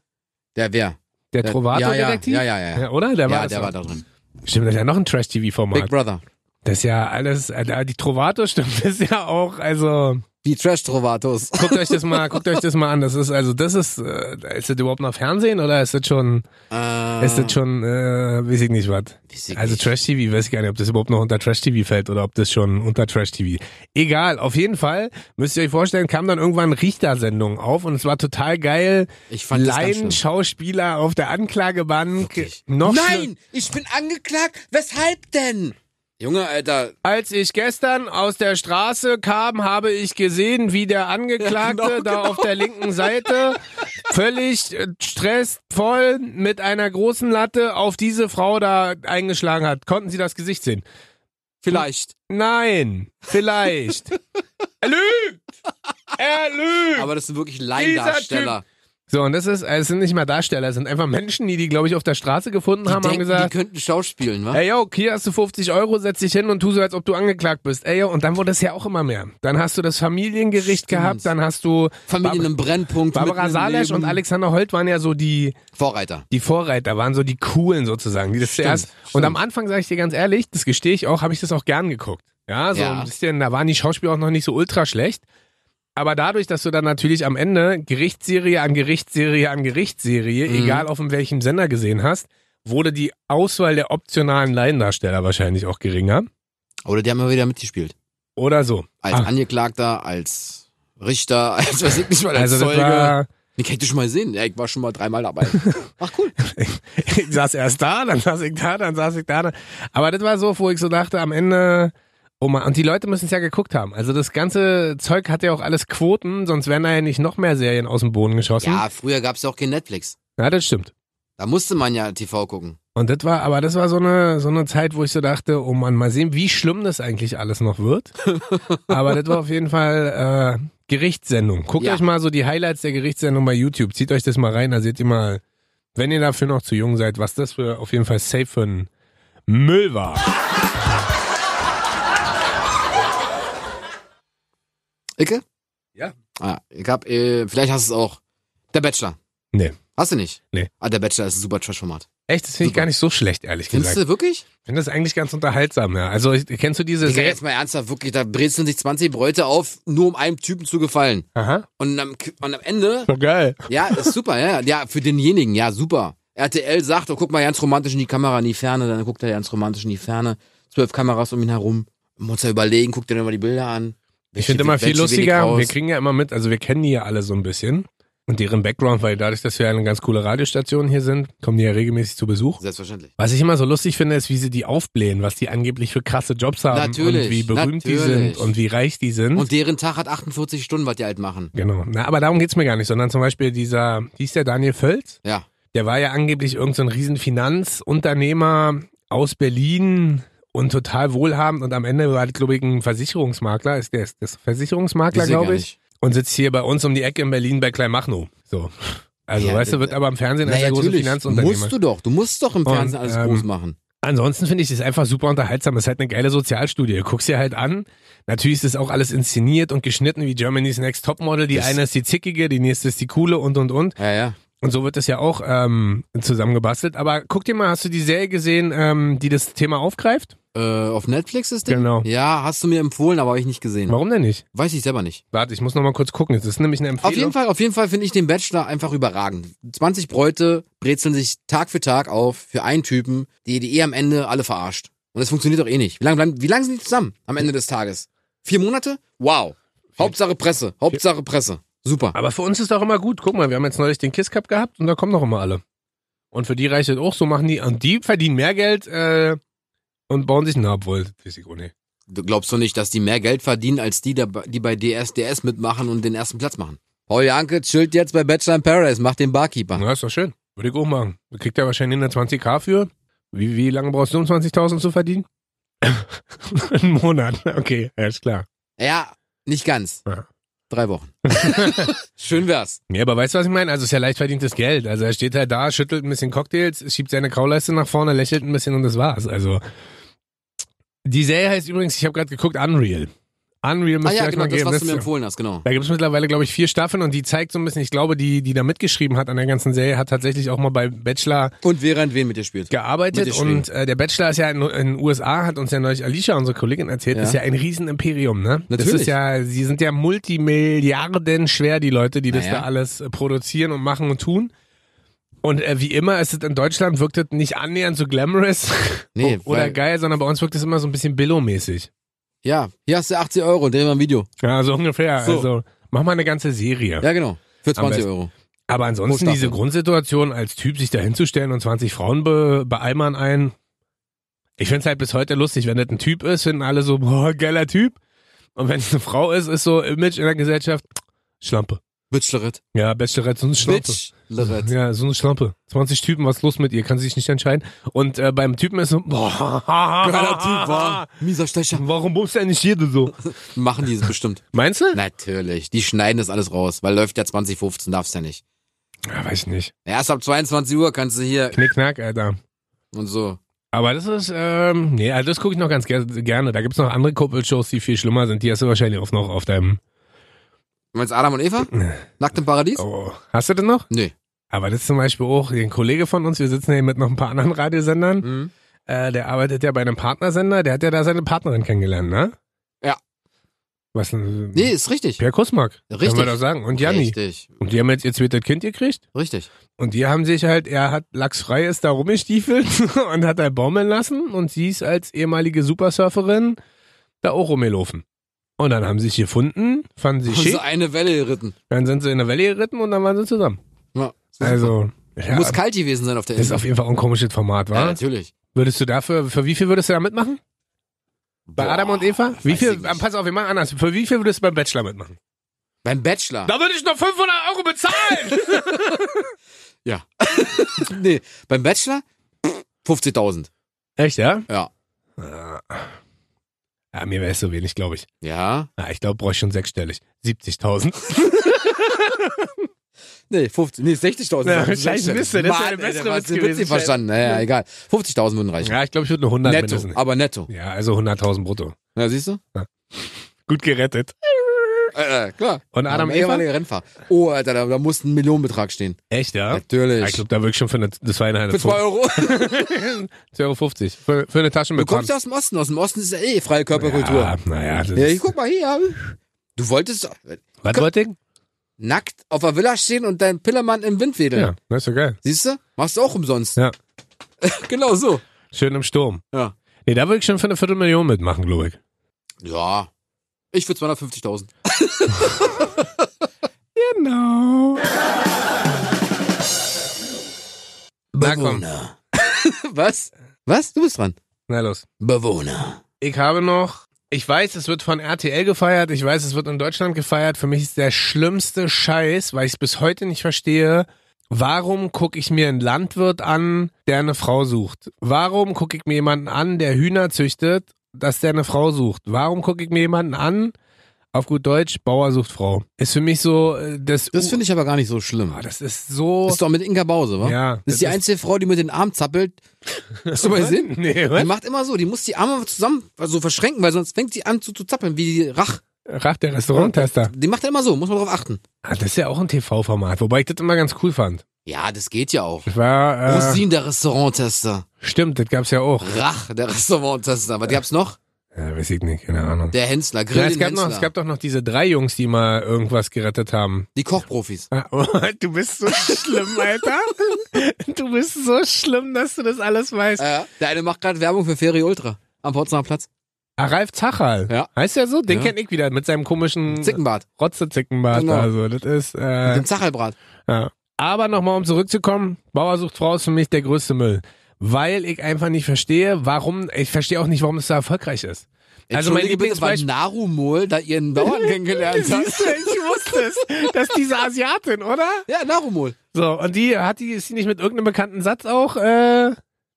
[SPEAKER 1] Der wer?
[SPEAKER 2] Der
[SPEAKER 1] Der-
[SPEAKER 2] Trovato-Detektiv?
[SPEAKER 1] ja, ja, ja, ja, ja.
[SPEAKER 2] oder? Der war,
[SPEAKER 1] ja,
[SPEAKER 2] das
[SPEAKER 1] der
[SPEAKER 2] auch.
[SPEAKER 1] war da drin.
[SPEAKER 2] Stimmt, das ist ja noch ein
[SPEAKER 1] Big
[SPEAKER 2] Trash-TV-Format.
[SPEAKER 1] Brother.
[SPEAKER 2] Das ist ja alles, äh, die Trovato stimmt, das ist ja auch, also,
[SPEAKER 1] Die Trash-Trovatos.
[SPEAKER 2] guckt euch das mal, guckt euch das mal an. Das ist, also, das ist, äh, ist das überhaupt noch Fernsehen oder ist das schon,
[SPEAKER 1] Äh,
[SPEAKER 2] ist das schon, äh, weiß ich nicht was.
[SPEAKER 1] Weiß ich
[SPEAKER 2] Also
[SPEAKER 1] nicht.
[SPEAKER 2] Trash-TV, weiß ich gar nicht, ob das überhaupt noch unter Trash-TV fällt oder ob das schon unter Trash-TV. Egal, auf jeden Fall, müsst ihr euch vorstellen, kam dann irgendwann Richtersendung auf und es war total geil.
[SPEAKER 1] Ich fand das ganz schlimm.
[SPEAKER 2] Schauspieler auf der Anklagebank.
[SPEAKER 1] Wirklich?
[SPEAKER 2] Noch schli-
[SPEAKER 1] Nein, ich bin angeklagt. Weshalb denn? Junge, Alter.
[SPEAKER 2] Als ich gestern aus der Straße kam, habe ich gesehen, wie der Angeklagte
[SPEAKER 1] Ja, genau,
[SPEAKER 2] da auf der linken Seite völlig äh, stressvoll mit einer großen Latte auf diese Frau da eingeschlagen hat. Konnten Sie das Gesicht sehen?
[SPEAKER 1] Vielleicht.
[SPEAKER 2] Nein, vielleicht. er lügt! Er lügt!
[SPEAKER 1] Aber das sind wirklich Laiendarsteller.
[SPEAKER 2] so, und das ist, also es sind nicht mal Darsteller, es sind einfach Menschen, die die, glaube ich, auf der Straße gefunden
[SPEAKER 1] Die
[SPEAKER 2] haben,
[SPEAKER 1] denken,
[SPEAKER 2] haben gesagt,
[SPEAKER 1] die könnten Schauspielen, wa?
[SPEAKER 2] Ey, yo, hier hast du 50 Euro, setz dich hin und tu so, als ob du angeklagt bist. Ey, yo, und dann wurde es ja auch immer mehr. Dann hast du das Familiengericht gehabt, dann hast du
[SPEAKER 1] Familien im Brennpunkt.
[SPEAKER 2] Barbara
[SPEAKER 1] mitten im
[SPEAKER 2] Salesch
[SPEAKER 1] Leben.
[SPEAKER 2] und Alexander Holt waren ja so die,
[SPEAKER 1] Vorreiter.
[SPEAKER 2] die Vorreiter, waren so die Coolen sozusagen, die das
[SPEAKER 1] Stimmt,
[SPEAKER 2] zuerst. Und
[SPEAKER 1] stimmt.
[SPEAKER 2] am Anfang, sage ich dir ganz ehrlich, das gestehe ich auch, habe ich das auch gern geguckt. Ja, so
[SPEAKER 1] Ja.
[SPEAKER 2] ein bisschen, da waren die Schauspieler auch noch nicht so ultra schlecht. Aber dadurch, dass du dann natürlich am Ende Gerichtsserie an Gerichtsserie an Gerichtsserie,
[SPEAKER 1] Mhm.
[SPEAKER 2] egal auf welchem Sender gesehen hast, wurde die Auswahl der optionalen Laiendarsteller wahrscheinlich auch geringer.
[SPEAKER 1] Oder die haben ja wieder mitgespielt.
[SPEAKER 2] Oder so.
[SPEAKER 1] Als
[SPEAKER 2] Ah,
[SPEAKER 1] Angeklagter, als Richter, als weiß ich nicht mal, als
[SPEAKER 2] also das
[SPEAKER 1] Zeuge.
[SPEAKER 2] war,
[SPEAKER 1] Die kennt ihr schon mal sehen. Ja, ich war schon mal dreimal dabei. Ach cool.
[SPEAKER 2] ich saß erst da, dann saß ich da, dann saß ich da. Dann. Aber das war so, wo ich so dachte, am Ende, oh man, und die Leute müssen es ja geguckt haben. Also das ganze Zeug hat ja auch alles Quoten, sonst wären da ja nicht noch mehr Serien aus dem Boden geschossen.
[SPEAKER 1] Ja, früher gab's ja auch kein Netflix.
[SPEAKER 2] ja das stimmt.
[SPEAKER 1] Da musste man ja TV gucken.
[SPEAKER 2] Und das war, aber das war so eine, so eine Zeit, wo ich so dachte, oh Mann, mal sehen, wie schlimm das eigentlich alles noch wird. aber das war auf jeden Fall äh, Gerichtssendung. Guckt
[SPEAKER 1] Ja.
[SPEAKER 2] euch mal so die Highlights der Gerichtssendung bei YouTube. Zieht euch das mal rein, da seht ihr mal, wenn ihr dafür noch zu jung seid, was das für auf jeden Fall safe für ein Müll war.
[SPEAKER 1] Icke?
[SPEAKER 2] Ja.
[SPEAKER 1] Ah, ich hab, äh, vielleicht hast du es auch. Der Bachelor.
[SPEAKER 2] Nee.
[SPEAKER 1] Hast du nicht?
[SPEAKER 2] Nee.
[SPEAKER 1] Ah, der Bachelor ist ein super Trash-Format.
[SPEAKER 2] Echt, das finde ich
[SPEAKER 1] Super.
[SPEAKER 2] gar nicht so schlecht, ehrlich
[SPEAKER 1] Findest
[SPEAKER 2] gesagt.
[SPEAKER 1] du wirklich?
[SPEAKER 2] Ich finde das eigentlich ganz unterhaltsam, ja. Also ich, kennst du diese
[SPEAKER 1] Digga,
[SPEAKER 2] Serie?
[SPEAKER 1] jetzt mal ernsthaft, wirklich, da brezeln sich 20 Bräute auf, nur um einem Typen zu gefallen.
[SPEAKER 2] Aha.
[SPEAKER 1] Und am, und am Ende,
[SPEAKER 2] So geil.
[SPEAKER 1] ja, ist super, ja, ja, für denjenigen, ja, super. RTL sagt, oh, guck mal ganz romantisch in die Kamera, in die Ferne, dann guckt er ganz romantisch in die Ferne, zwölf Kameras um ihn herum, muss er überlegen, guckt er immer die Bilder an.
[SPEAKER 2] Ich finde immer viel lustiger. Wir kriegen ja immer mit, also wir kennen die ja alle so ein bisschen und deren Background, weil dadurch, dass wir eine ganz coole Radiostation hier sind, kommen die ja regelmäßig zu Besuch.
[SPEAKER 1] Selbstverständlich.
[SPEAKER 2] Was ich immer so lustig finde, ist, wie sie die aufblähen, was die angeblich für krasse Jobs haben
[SPEAKER 1] Natürlich,
[SPEAKER 2] und wie berühmt die
[SPEAKER 1] natürlich.
[SPEAKER 2] sind und wie reich die sind.
[SPEAKER 1] Und deren Tag hat 48 Stunden, was die halt machen.
[SPEAKER 2] genau. Na, aber darum geht's mir gar nicht, sondern zum Beispiel dieser, hieß der Daniel Völz?
[SPEAKER 1] Ja.
[SPEAKER 2] Der war ja angeblich irgendein so ein riesen Finanzunternehmer aus Berlin und total wohlhabend und am Ende war, glaube ich, ein Versicherungsmakler. Ist der, ist das Versicherungsmakler,
[SPEAKER 1] Weiß ich gar
[SPEAKER 2] glaube ich?
[SPEAKER 1] nicht.
[SPEAKER 2] und sitzt hier bei uns um die Ecke in Berlin bei Kleinmachnow. So. Also,
[SPEAKER 1] Ja,
[SPEAKER 2] weißt du,
[SPEAKER 1] das-
[SPEAKER 2] wird aber im Fernsehen als
[SPEAKER 1] Naja,
[SPEAKER 2] der große
[SPEAKER 1] natürlich.
[SPEAKER 2] Finanzunternehmer.
[SPEAKER 1] Musst du doch. Du musst doch im
[SPEAKER 2] Und,
[SPEAKER 1] Fernsehen alles
[SPEAKER 2] ähm,
[SPEAKER 1] groß machen.
[SPEAKER 2] Ansonsten finde ich das einfach super unterhaltsam. Das ist halt eine geile Sozialstudie. Guckst dir halt an. Natürlich ist das auch alles inszeniert und geschnitten wie Germany's Next Topmodel. Die
[SPEAKER 1] Das-
[SPEAKER 2] eine ist die zickige, die nächste ist die coole und und und.
[SPEAKER 1] Ja, ja.
[SPEAKER 2] Und so wird das ja auch ähm, zusammengebastelt. Aber guck dir mal, hast du die Serie gesehen, ähm, die das Thema aufgreift?
[SPEAKER 1] Äh, auf Netflix ist Ding?
[SPEAKER 2] Genau.
[SPEAKER 1] Ja, genau. hast du mir empfohlen, aber habe ich nicht gesehen.
[SPEAKER 2] Warum denn nicht?
[SPEAKER 1] Weiß ich selber nicht.
[SPEAKER 2] Warte, ich muss noch mal kurz gucken. Das ist nämlich eine Empfehlung.
[SPEAKER 1] Auf jeden Fall, auf jeden Fall finde ich den Bachelor einfach überragend. 20 Bräute brezeln sich Tag für Tag auf für einen Typen, die die eh am Ende alle verarscht. Und das funktioniert doch eh nicht. Wie lange bleiben, wie lange sind die zusammen am Ende des Tages? Vier Monate? Wow. Hauptsache Presse. Hauptsache Presse. Super.
[SPEAKER 2] Aber für uns ist auch immer gut. Guck mal, wir haben jetzt neulich den Kiss Cup gehabt und da kommen doch immer alle. Und für die reicht es auch, so machen die. Und die verdienen mehr Geld äh, und bauen sich einen ab, wohl. Weiß ich auch nicht.
[SPEAKER 1] Du glaubst doch nicht, dass die mehr Geld verdienen als die, da- die bei DSDS DS mitmachen und den ersten Platz machen. Paul Janke chillt jetzt bei Bachelor in Paradise, macht den Barkeeper.
[SPEAKER 2] Na, ist doch schön. Würde ich auch machen. Da kriegt er wahrscheinlich eine 20k für. Wie, wie lange brauchst du, um 20.000 zu verdienen? Einen Monat. Okay, ja, ist klar.
[SPEAKER 1] Ja, nicht ganz.
[SPEAKER 2] Ja.
[SPEAKER 1] Drei Wochen. Schön wär's.
[SPEAKER 2] Ja, aber weißt du, was ich meine? Also, es ist ja leicht verdientes Geld. Also, er steht halt da, schüttelt ein bisschen Cocktails, schiebt seine Kauleiste nach vorne, lächelt ein bisschen und das war's. Also, die Serie heißt übrigens, ich habe gerade geguckt, Unreal. Unreal müsst
[SPEAKER 1] Ah
[SPEAKER 2] ihr
[SPEAKER 1] ja,
[SPEAKER 2] euch
[SPEAKER 1] genau,
[SPEAKER 2] mal
[SPEAKER 1] das,
[SPEAKER 2] geben.
[SPEAKER 1] was du mir
[SPEAKER 2] Das-
[SPEAKER 1] empfohlen hast, genau.
[SPEAKER 2] da gibt's mittlerweile, glaube ich, vier Staffeln und die zeigt so ein bisschen, ich glaube, die, die da mitgeschrieben hat an der ganzen Serie, hat tatsächlich auch mal bei Bachelor
[SPEAKER 1] Und während wen mit dir spielt.
[SPEAKER 2] gearbeitet
[SPEAKER 1] Mitgeschrieben.
[SPEAKER 2] und äh, der Bachelor ist ja in, in den USA, hat uns ja neulich Alicia, unsere Kollegin, erzählt,
[SPEAKER 1] Ja.
[SPEAKER 2] ist ja ein Riesenimperium, ne? Das
[SPEAKER 1] Natürlich.
[SPEAKER 2] ist ja, sie sind ja Multimilliarden schwer, die Leute, die das
[SPEAKER 1] Naja.
[SPEAKER 2] da alles äh, produzieren und machen und tun. Und äh, wie immer ist es in Deutschland, wirkt es nicht annähernd so glamorous
[SPEAKER 1] Nee,
[SPEAKER 2] oh, oder
[SPEAKER 1] weil-
[SPEAKER 2] geil, sondern bei uns wirkt es immer so ein bisschen Billo-mäßig.
[SPEAKER 1] Ja, hier hast du 80 Euro, dreh mal ein Video.
[SPEAKER 2] Ja, so ungefähr.
[SPEAKER 1] So.
[SPEAKER 2] Also, mach mal eine ganze Serie.
[SPEAKER 1] Ja, genau. Für 20
[SPEAKER 2] besten.
[SPEAKER 1] Euro.
[SPEAKER 2] Aber ansonsten
[SPEAKER 1] Pro
[SPEAKER 2] diese
[SPEAKER 1] Staffel.
[SPEAKER 2] Grundsituation, als Typ sich da hinzustellen und 20 Frauen be beeimern ein. Ich find's halt bis heute lustig, wenn das ein Typ ist, finden alle so, boah, geiler Typ. Und wenn es eine Frau ist, ist so Image in der Gesellschaft, Schlampe.
[SPEAKER 1] Bitchleret.
[SPEAKER 2] Ja, Bachelorette, so eine Schlampe.
[SPEAKER 1] Bitchleret.
[SPEAKER 2] Ja, so eine Schlampe. 20 Typen, was ist los mit ihr? Kann sie sich nicht entscheiden. Und äh, beim Typen ist so, boah,
[SPEAKER 1] Geiler Typ, war. Mieser Stecher.
[SPEAKER 2] Warum bummst du denn nicht jede so?
[SPEAKER 1] Machen die es bestimmt.
[SPEAKER 2] Meinst du?
[SPEAKER 1] Natürlich. Die schneiden das alles raus, weil läuft ja 2015, darfst ja nicht.
[SPEAKER 2] Ja, weiß ich nicht.
[SPEAKER 1] Erst ab 22 Uhr kannst du hier
[SPEAKER 2] Knickknack, Alter.
[SPEAKER 1] und so.
[SPEAKER 2] Aber das ist, ähm, nee, also das gucke ich noch ganz ger gerne. Da gibt's noch andere Kuppelshows, die viel schlimmer sind. Die hast du wahrscheinlich auch noch auf deinem.
[SPEAKER 1] Du meinst Adam und Eva? Nackt im Paradies?
[SPEAKER 2] Oh. Hast du das noch?
[SPEAKER 1] Nee.
[SPEAKER 2] Aber das ist zum Beispiel auch ein Kollege von uns. Wir sitzen hier mit noch ein paar anderen Radiosendern.
[SPEAKER 1] Mhm.
[SPEAKER 2] Äh, der arbeitet ja bei einem Partnersender. Der hat ja da seine Partnerin kennengelernt, ne?
[SPEAKER 1] Ja.
[SPEAKER 2] Was denn?
[SPEAKER 1] Nee, ist richtig.
[SPEAKER 2] Pierre Kusmark.
[SPEAKER 1] Richtig.
[SPEAKER 2] Können wir doch sagen. Und Janni.
[SPEAKER 1] Richtig.
[SPEAKER 2] Und die haben jetzt ihr zweites Kind gekriegt.
[SPEAKER 1] Richtig.
[SPEAKER 2] Und die haben sich halt, er hat lachsfrei ist da rumgestiefelt und hat da baumeln lassen und sie ist als ehemalige Supersurferin da auch rumgelaufen. Und dann haben sie sich gefunden, fanden sie
[SPEAKER 1] Haben sie
[SPEAKER 2] schick,
[SPEAKER 1] eine Welle geritten.
[SPEAKER 2] dann sind sie in der Welle geritten und dann waren sie zusammen.
[SPEAKER 1] Ja.
[SPEAKER 2] Also, ja,
[SPEAKER 1] Muss
[SPEAKER 2] das
[SPEAKER 1] kalt gewesen sein auf der
[SPEAKER 2] ist
[SPEAKER 1] Insel.
[SPEAKER 2] auf jeden Fall auch ein komisches Format,
[SPEAKER 1] ja,
[SPEAKER 2] wa?
[SPEAKER 1] natürlich.
[SPEAKER 2] Würdest du dafür, für wie viel würdest du da mitmachen? Bei
[SPEAKER 1] Boah,
[SPEAKER 2] Adam und Eva? Wie
[SPEAKER 1] weiß ich
[SPEAKER 2] viel,
[SPEAKER 1] nicht.
[SPEAKER 2] pass auf, wir machen anders. Für wie viel würdest du beim Bachelor mitmachen?
[SPEAKER 1] Beim Bachelor.
[SPEAKER 2] Da würde ich noch 500 Euro bezahlen!
[SPEAKER 1] Ja. nee, beim Bachelor 50.000.
[SPEAKER 2] Echt, ja?
[SPEAKER 1] Ja.
[SPEAKER 2] Ja, mir wäre es so wenig, glaube ich.
[SPEAKER 1] Ja.
[SPEAKER 2] Na, ich glaube, brauche ich schon sechsstellig. 70.000.
[SPEAKER 1] Nee, 50, nee, 60.000.
[SPEAKER 2] Ja,
[SPEAKER 1] Scheiße,
[SPEAKER 2] scheiße, Mist, das wäre
[SPEAKER 1] Mann,
[SPEAKER 2] der bessere
[SPEAKER 1] ey,
[SPEAKER 2] Witz
[SPEAKER 1] der
[SPEAKER 2] gewesen,
[SPEAKER 1] nicht verstanden. Naja, egal. 50.000 würden reichen.
[SPEAKER 2] Ja, ich glaube, ich würde eine 100
[SPEAKER 1] netto,
[SPEAKER 2] mindestens.
[SPEAKER 1] aber netto.
[SPEAKER 2] Ja, also 100.000 brutto.
[SPEAKER 1] Ja, siehst du?
[SPEAKER 2] Gut gerettet.
[SPEAKER 1] Äh, äh, klar.
[SPEAKER 2] Und Adam
[SPEAKER 1] Ja,
[SPEAKER 2] Eva?
[SPEAKER 1] ehemaliger Rennfahrer. Oh, Alter, da, da muss ein Millionenbetrag stehen.
[SPEAKER 2] Echt, ja? Ja, Ich
[SPEAKER 1] Natürlich.
[SPEAKER 2] glaube, da wirklich schon für eine, das war eine
[SPEAKER 1] Für 2 Euro.
[SPEAKER 2] 2,50 Euro. Für, für eine Taschen
[SPEAKER 1] Du kommst ja aus dem Osten. Aus dem Osten ist ja eh freie Körperkultur.
[SPEAKER 2] Ja, naja, das
[SPEAKER 1] Ja,
[SPEAKER 2] ist-
[SPEAKER 1] ich guck mal hier. Du wolltest
[SPEAKER 2] Was wollte ich?
[SPEAKER 1] nackt auf der Villa stehen und dein Pillermann im Wind wedeln.
[SPEAKER 2] Ja, das ist ja geil.
[SPEAKER 1] Siehst du? Machst du auch umsonst.
[SPEAKER 2] Ja.
[SPEAKER 1] genau so.
[SPEAKER 2] Schön im Sturm.
[SPEAKER 1] Ja.
[SPEAKER 2] Nee, da würde ich schon für eine Viertelmillion mitmachen, glaube ich.
[SPEAKER 1] Ja. Ich für 250.000.
[SPEAKER 2] Genau. Na komm.
[SPEAKER 1] Bewohner. Was? Was? Du bist dran.
[SPEAKER 2] Na los.
[SPEAKER 1] Bewohner.
[SPEAKER 2] Ich habe noch, ich weiß, es wird von RTL gefeiert, ich weiß, es wird in Deutschland gefeiert. Für mich ist der schlimmste Scheiß, weil ich es bis heute nicht verstehe. Warum gucke ich mir einen Landwirt an, der eine Frau sucht? Warum gucke ich mir jemanden an, der Hühner züchtet, dass der eine Frau sucht? Warum gucke ich mir jemanden an, auf gut Deutsch, Bauer sucht Frau? Ist für mich so, äh, das,
[SPEAKER 1] Das finde ich aber gar nicht so schlimm.
[SPEAKER 2] Ah, das ist so,
[SPEAKER 1] Ist doch mit Inka Bause, wa?
[SPEAKER 2] ja.
[SPEAKER 1] Das ist die einzige Frau, die mit den Armen zappelt. Hast du mal gesehen?
[SPEAKER 2] Nee,
[SPEAKER 1] Die
[SPEAKER 2] was?
[SPEAKER 1] macht immer so, die muss die Arme zusammen so verschränken, weil sonst fängt sie an zu, zu zappeln, wie die Rach.
[SPEAKER 2] Rach, der Restauranttester.
[SPEAKER 1] Die macht ja immer so, muss man drauf achten.
[SPEAKER 2] Ah, das ist ja auch ein TV-Format, wobei ich das immer ganz cool fand.
[SPEAKER 1] Ja, das geht ja auch.
[SPEAKER 2] Ich war, äh,
[SPEAKER 1] Rosin, der Restauranttester.
[SPEAKER 2] stimmt, das gab's ja auch.
[SPEAKER 1] Rach, der Restauranttester. Was gab's noch?
[SPEAKER 2] Ja, weiß ich nicht, keine Ahnung.
[SPEAKER 1] Der Hensler, Grill
[SPEAKER 2] Ja, es,
[SPEAKER 1] den
[SPEAKER 2] gab
[SPEAKER 1] Hensler.
[SPEAKER 2] noch, es gab doch noch diese drei Jungs, die mal irgendwas gerettet haben.
[SPEAKER 1] die Kochprofis.
[SPEAKER 2] Ah, oh, Du bist so schlimm, Alter. Du bist so schlimm, dass du das alles weißt.
[SPEAKER 1] Äh, der eine macht gerade Werbung für Ferry Ultra am Potsdamer Platz.
[SPEAKER 2] Ah, Ralf Zachal.
[SPEAKER 1] Ja.
[SPEAKER 2] Heißt der so? Den
[SPEAKER 1] Ja.
[SPEAKER 2] kenn ich wieder mit seinem komischen
[SPEAKER 1] Zickenbart.
[SPEAKER 2] Rotze-Zickenbart.
[SPEAKER 1] Genau.
[SPEAKER 2] Also, das ist,
[SPEAKER 1] Mit
[SPEAKER 2] äh,
[SPEAKER 1] dem Zachelbrat.
[SPEAKER 2] ja. Aber nochmal, um zurückzukommen, Bauer sucht Frau ist für mich der größte Müll. Weil ich einfach nicht verstehe, warum, ich verstehe auch nicht, warum es so erfolgreich ist. Also
[SPEAKER 1] Entschuldige
[SPEAKER 2] mein
[SPEAKER 1] bitte, weil
[SPEAKER 2] Lieblingsbeispiel,
[SPEAKER 1] Narumol da ihren Bauern kennengelernt hat.
[SPEAKER 2] Siehst du, ich wusste es. Das ist diese Asiatin, oder?
[SPEAKER 1] Ja, Narumol.
[SPEAKER 2] So, und die hat die, ist die nicht mit irgendeinem bekannten Satz auch äh,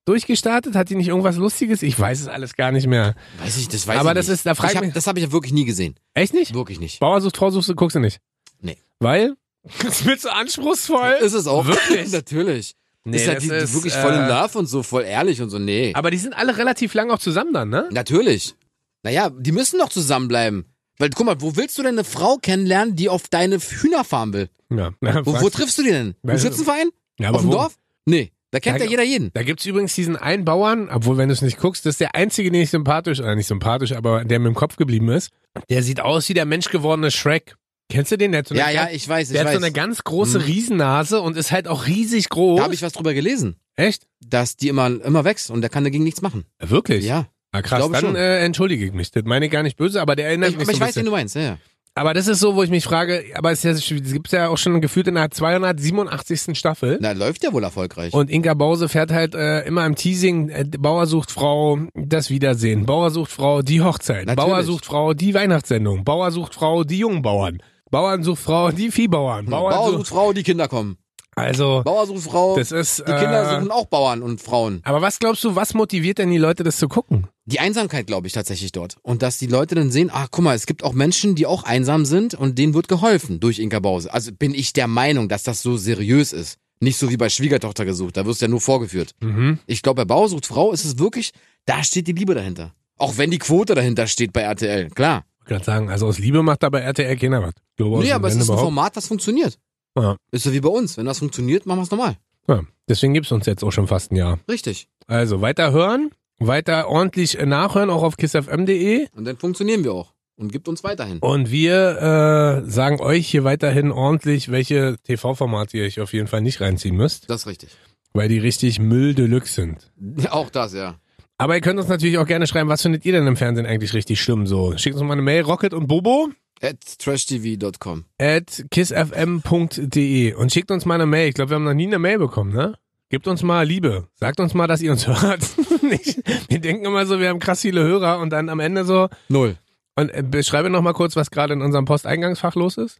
[SPEAKER 2] durchgestartet? Hat die nicht irgendwas Lustiges? Ich weiß es alles gar nicht mehr.
[SPEAKER 1] Weiß ich, das weiß
[SPEAKER 2] Aber
[SPEAKER 1] ich
[SPEAKER 2] das
[SPEAKER 1] nicht.
[SPEAKER 2] ist- da frag
[SPEAKER 1] ich
[SPEAKER 2] mich-
[SPEAKER 1] hab, Das habe ich ja wirklich nie gesehen.
[SPEAKER 2] Echt nicht?
[SPEAKER 1] Wirklich nicht.
[SPEAKER 2] Bauer sucht Frau suchst du, guckst du nicht.
[SPEAKER 1] Nee.
[SPEAKER 2] Weil? Das wird so anspruchsvoll.
[SPEAKER 1] Ist es auch.
[SPEAKER 2] Wirklich?
[SPEAKER 1] Natürlich.
[SPEAKER 2] Nee,
[SPEAKER 1] ist ja
[SPEAKER 2] das
[SPEAKER 1] die,
[SPEAKER 2] ist,
[SPEAKER 1] die wirklich voll in
[SPEAKER 2] äh,
[SPEAKER 1] Love und so, voll ehrlich und so. Nee.
[SPEAKER 2] Aber die sind alle relativ lang auch zusammen dann, ne?
[SPEAKER 1] Natürlich. Naja, die müssen doch zusammenbleiben. Weil, guck mal, wo willst du denn eine Frau kennenlernen, die auf deine Hühner fahren will?
[SPEAKER 2] Ja. Na,
[SPEAKER 1] Wo,
[SPEAKER 2] was?
[SPEAKER 1] wo triffst du die denn? Im
[SPEAKER 2] Weiß-
[SPEAKER 1] Schützenverein?
[SPEAKER 2] ja aber
[SPEAKER 1] Auf dem
[SPEAKER 2] wo?
[SPEAKER 1] Dorf? Nee, da kennt
[SPEAKER 2] Ja,
[SPEAKER 1] ja jeder jeden.
[SPEAKER 2] Da gibt's übrigens diesen einen Bauern, obwohl, wenn du es nicht guckst, das ist der einzige, den ich sympathisch, oder nicht sympathisch, aber der mir im Kopf geblieben ist. Der sieht aus wie der menschgewordene Shrek. Kennst du den? Der hat so eine
[SPEAKER 1] Ja,
[SPEAKER 2] ganz-
[SPEAKER 1] ja, ich weiß, ich
[SPEAKER 2] Der hat
[SPEAKER 1] weiß.
[SPEAKER 2] so eine ganz große
[SPEAKER 1] Hm.
[SPEAKER 2] Riesennase und ist halt auch riesig groß.
[SPEAKER 1] da habe ich was drüber gelesen,
[SPEAKER 2] Echt?
[SPEAKER 1] dass die immer, immer wächst und der kann dagegen nichts machen.
[SPEAKER 2] Wirklich?
[SPEAKER 1] Ja.
[SPEAKER 2] Ah, krass.
[SPEAKER 1] glaube
[SPEAKER 2] Dann
[SPEAKER 1] schon.
[SPEAKER 2] äh, entschuldige ich mich. Das meine ich gar nicht böse, aber der erinnert
[SPEAKER 1] Ich,
[SPEAKER 2] mich
[SPEAKER 1] aber ich
[SPEAKER 2] so ein
[SPEAKER 1] weiß, wen
[SPEAKER 2] bisschen.
[SPEAKER 1] du meinst, ja, ja.
[SPEAKER 2] Aber das ist so, wo ich mich frage, aber es, ist ja, es gibt ja auch schon gefühlt in der 287. Staffel.
[SPEAKER 1] Na, läuft ja wohl erfolgreich.
[SPEAKER 2] Und Inka Bause fährt halt äh, immer im Teasing, äh, Bauer sucht Frau, das Wiedersehen, Bauer sucht Frau, die Hochzeit,
[SPEAKER 1] Natürlich.
[SPEAKER 2] Bauer sucht Frau, die Weihnachtssendung, Bauer sucht Frau, die Jungbauern, Bauern sucht Frau, die Viehbauern, Bauern
[SPEAKER 1] Hm. Bauer
[SPEAKER 2] sucht...
[SPEAKER 1] sucht Frau, die Kinder kommen.
[SPEAKER 2] Also,
[SPEAKER 1] Bauer sucht Frau,
[SPEAKER 2] das ist...
[SPEAKER 1] die Kinder
[SPEAKER 2] äh,
[SPEAKER 1] suchen auch Bauern und Frauen.
[SPEAKER 2] aber was glaubst du, was motiviert denn die Leute, das zu gucken?
[SPEAKER 1] Die Einsamkeit, glaube ich, tatsächlich dort. Und dass die Leute dann sehen, ah, guck mal, es gibt auch Menschen, die auch einsam sind und denen wird geholfen durch Inka Bause. Also bin ich der Meinung, dass das so seriös ist. Nicht so wie bei Schwiegertochter gesucht, da wirst du ja nur vorgeführt.
[SPEAKER 2] Mhm.
[SPEAKER 1] Ich glaube, bei Bauer sucht Frau ist es wirklich, da steht die Liebe dahinter. Auch wenn die Quote dahinter steht bei RTL, klar.
[SPEAKER 2] Ich wollte gerade sagen, also aus Liebe macht da bei RTL keiner was. Ich glaube, aus
[SPEAKER 1] nee,
[SPEAKER 2] dem
[SPEAKER 1] aber es
[SPEAKER 2] Rennen
[SPEAKER 1] ist ein
[SPEAKER 2] überhaupt.
[SPEAKER 1] Format, das funktioniert.
[SPEAKER 2] Ja.
[SPEAKER 1] Ist so wie bei uns. Wenn das funktioniert, machen wir es nochmal.
[SPEAKER 2] ja, Deswegen gibt's uns jetzt auch schon fast ein Jahr.
[SPEAKER 1] Richtig.
[SPEAKER 2] Also weiter hören, weiter ordentlich äh, nachhören, auch auf kissfm.de.
[SPEAKER 1] Und dann funktionieren wir auch. Und gibt uns weiterhin.
[SPEAKER 2] Und wir äh, sagen euch hier weiterhin ordentlich, welche TV-Formate ihr euch auf jeden Fall nicht reinziehen müsst,
[SPEAKER 1] Das ist richtig.
[SPEAKER 2] weil die richtig Müll Deluxe sind.
[SPEAKER 1] Auch das, ja.
[SPEAKER 2] Aber ihr könnt uns natürlich auch gerne schreiben, was findet ihr denn im Fernsehen eigentlich richtig schlimm so. Schickt uns mal eine Mail, Rocket und Bobo
[SPEAKER 1] At trashtv.com.
[SPEAKER 2] at kissfm.de und schickt uns mal eine Mail. Ich glaube, wir haben noch nie eine Mail bekommen, ne? Gebt uns mal Liebe. Sagt uns mal, dass ihr uns hört. Nicht- wir denken immer so, wir haben krass viele Hörer und dann am Ende so.
[SPEAKER 1] Null.
[SPEAKER 2] Und äh, beschreibe noch mal kurz, was gerade in unserem Posteingangsfach los ist.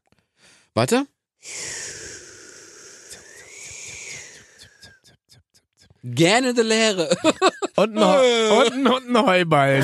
[SPEAKER 1] Warte. Gerne der Lehre.
[SPEAKER 2] Und ein, Heu- und, ein, und ein Heuballen.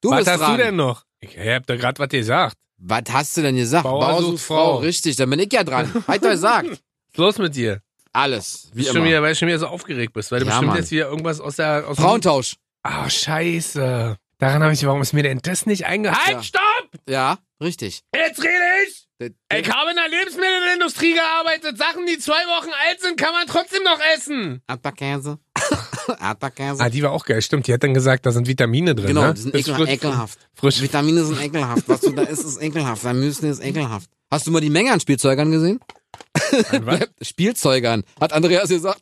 [SPEAKER 1] Du
[SPEAKER 2] was
[SPEAKER 1] bist
[SPEAKER 2] hast
[SPEAKER 1] dran.
[SPEAKER 2] du denn noch? Ich hab da gerade was gesagt.
[SPEAKER 1] Was hast du denn gesagt?
[SPEAKER 2] Bauer sucht Frau.
[SPEAKER 1] Richtig, dann bin ich ja dran. Hat er gesagt.
[SPEAKER 2] Was ist los mit dir?
[SPEAKER 1] Alles. Wie
[SPEAKER 2] Bist schon
[SPEAKER 1] immer.
[SPEAKER 2] wieder, weil du schon wieder so aufgeregt bist, weil du
[SPEAKER 1] Ja,
[SPEAKER 2] bestimmt
[SPEAKER 1] Mann.
[SPEAKER 2] jetzt wieder irgendwas aus der. Aus dem-
[SPEAKER 1] Frauentausch.
[SPEAKER 2] Ah, scheiße. Daran habe ich, warum ist mir denn das nicht eingehakt?
[SPEAKER 1] Ja.
[SPEAKER 2] Halt, stopp!
[SPEAKER 1] Ja, richtig. Äh,
[SPEAKER 2] Jetzt rede ich!
[SPEAKER 1] Der-
[SPEAKER 2] Ich habe in der Lebensmittelindustrie gearbeitet. Sachen, die zwei Wochen alt sind, kann man trotzdem noch essen.
[SPEAKER 1] Erdbeerkäse. Erdbeerkäse.
[SPEAKER 2] Ah, die war auch geil, stimmt. Die hat dann gesagt, da sind Vitamine drin.
[SPEAKER 1] Genau,
[SPEAKER 2] ne?
[SPEAKER 1] die sind
[SPEAKER 2] Das ist
[SPEAKER 1] ekel,
[SPEAKER 2] frisch-
[SPEAKER 1] ekelhaft.
[SPEAKER 2] Frisch.
[SPEAKER 1] Vitamine sind ekelhaft. Was du da isst, ist ekelhaft. Dein Müsli ist ekelhaft. Hast du mal die Menge an Spielzeugern gesehen?
[SPEAKER 2] Ein was?
[SPEAKER 1] Spielzeugern, hat Andreas gesagt.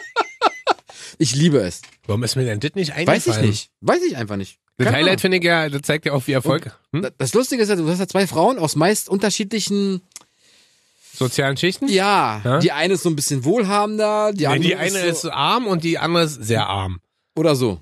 [SPEAKER 1] ich liebe es.
[SPEAKER 2] Warum ist mir denn das nicht eingefallen?
[SPEAKER 1] Weiß ich nicht. Weiß ich einfach nicht.
[SPEAKER 2] Das
[SPEAKER 1] Keine Oh.
[SPEAKER 2] Highlight finde ich ja, das zeigt ja auch, wie Erfolg. Hm?
[SPEAKER 1] Ahnung. Das Lustige ist ja, du hast ja zwei Frauen aus meist unterschiedlichen,
[SPEAKER 2] Sozialen Schichten?
[SPEAKER 1] ja,
[SPEAKER 2] Ja?
[SPEAKER 1] die eine ist so ein bisschen wohlhabender, die
[SPEAKER 2] Nee,
[SPEAKER 1] andere
[SPEAKER 2] die eine
[SPEAKER 1] ist,
[SPEAKER 2] ist
[SPEAKER 1] so,
[SPEAKER 2] arm und die andere ist sehr arm.
[SPEAKER 1] oder so.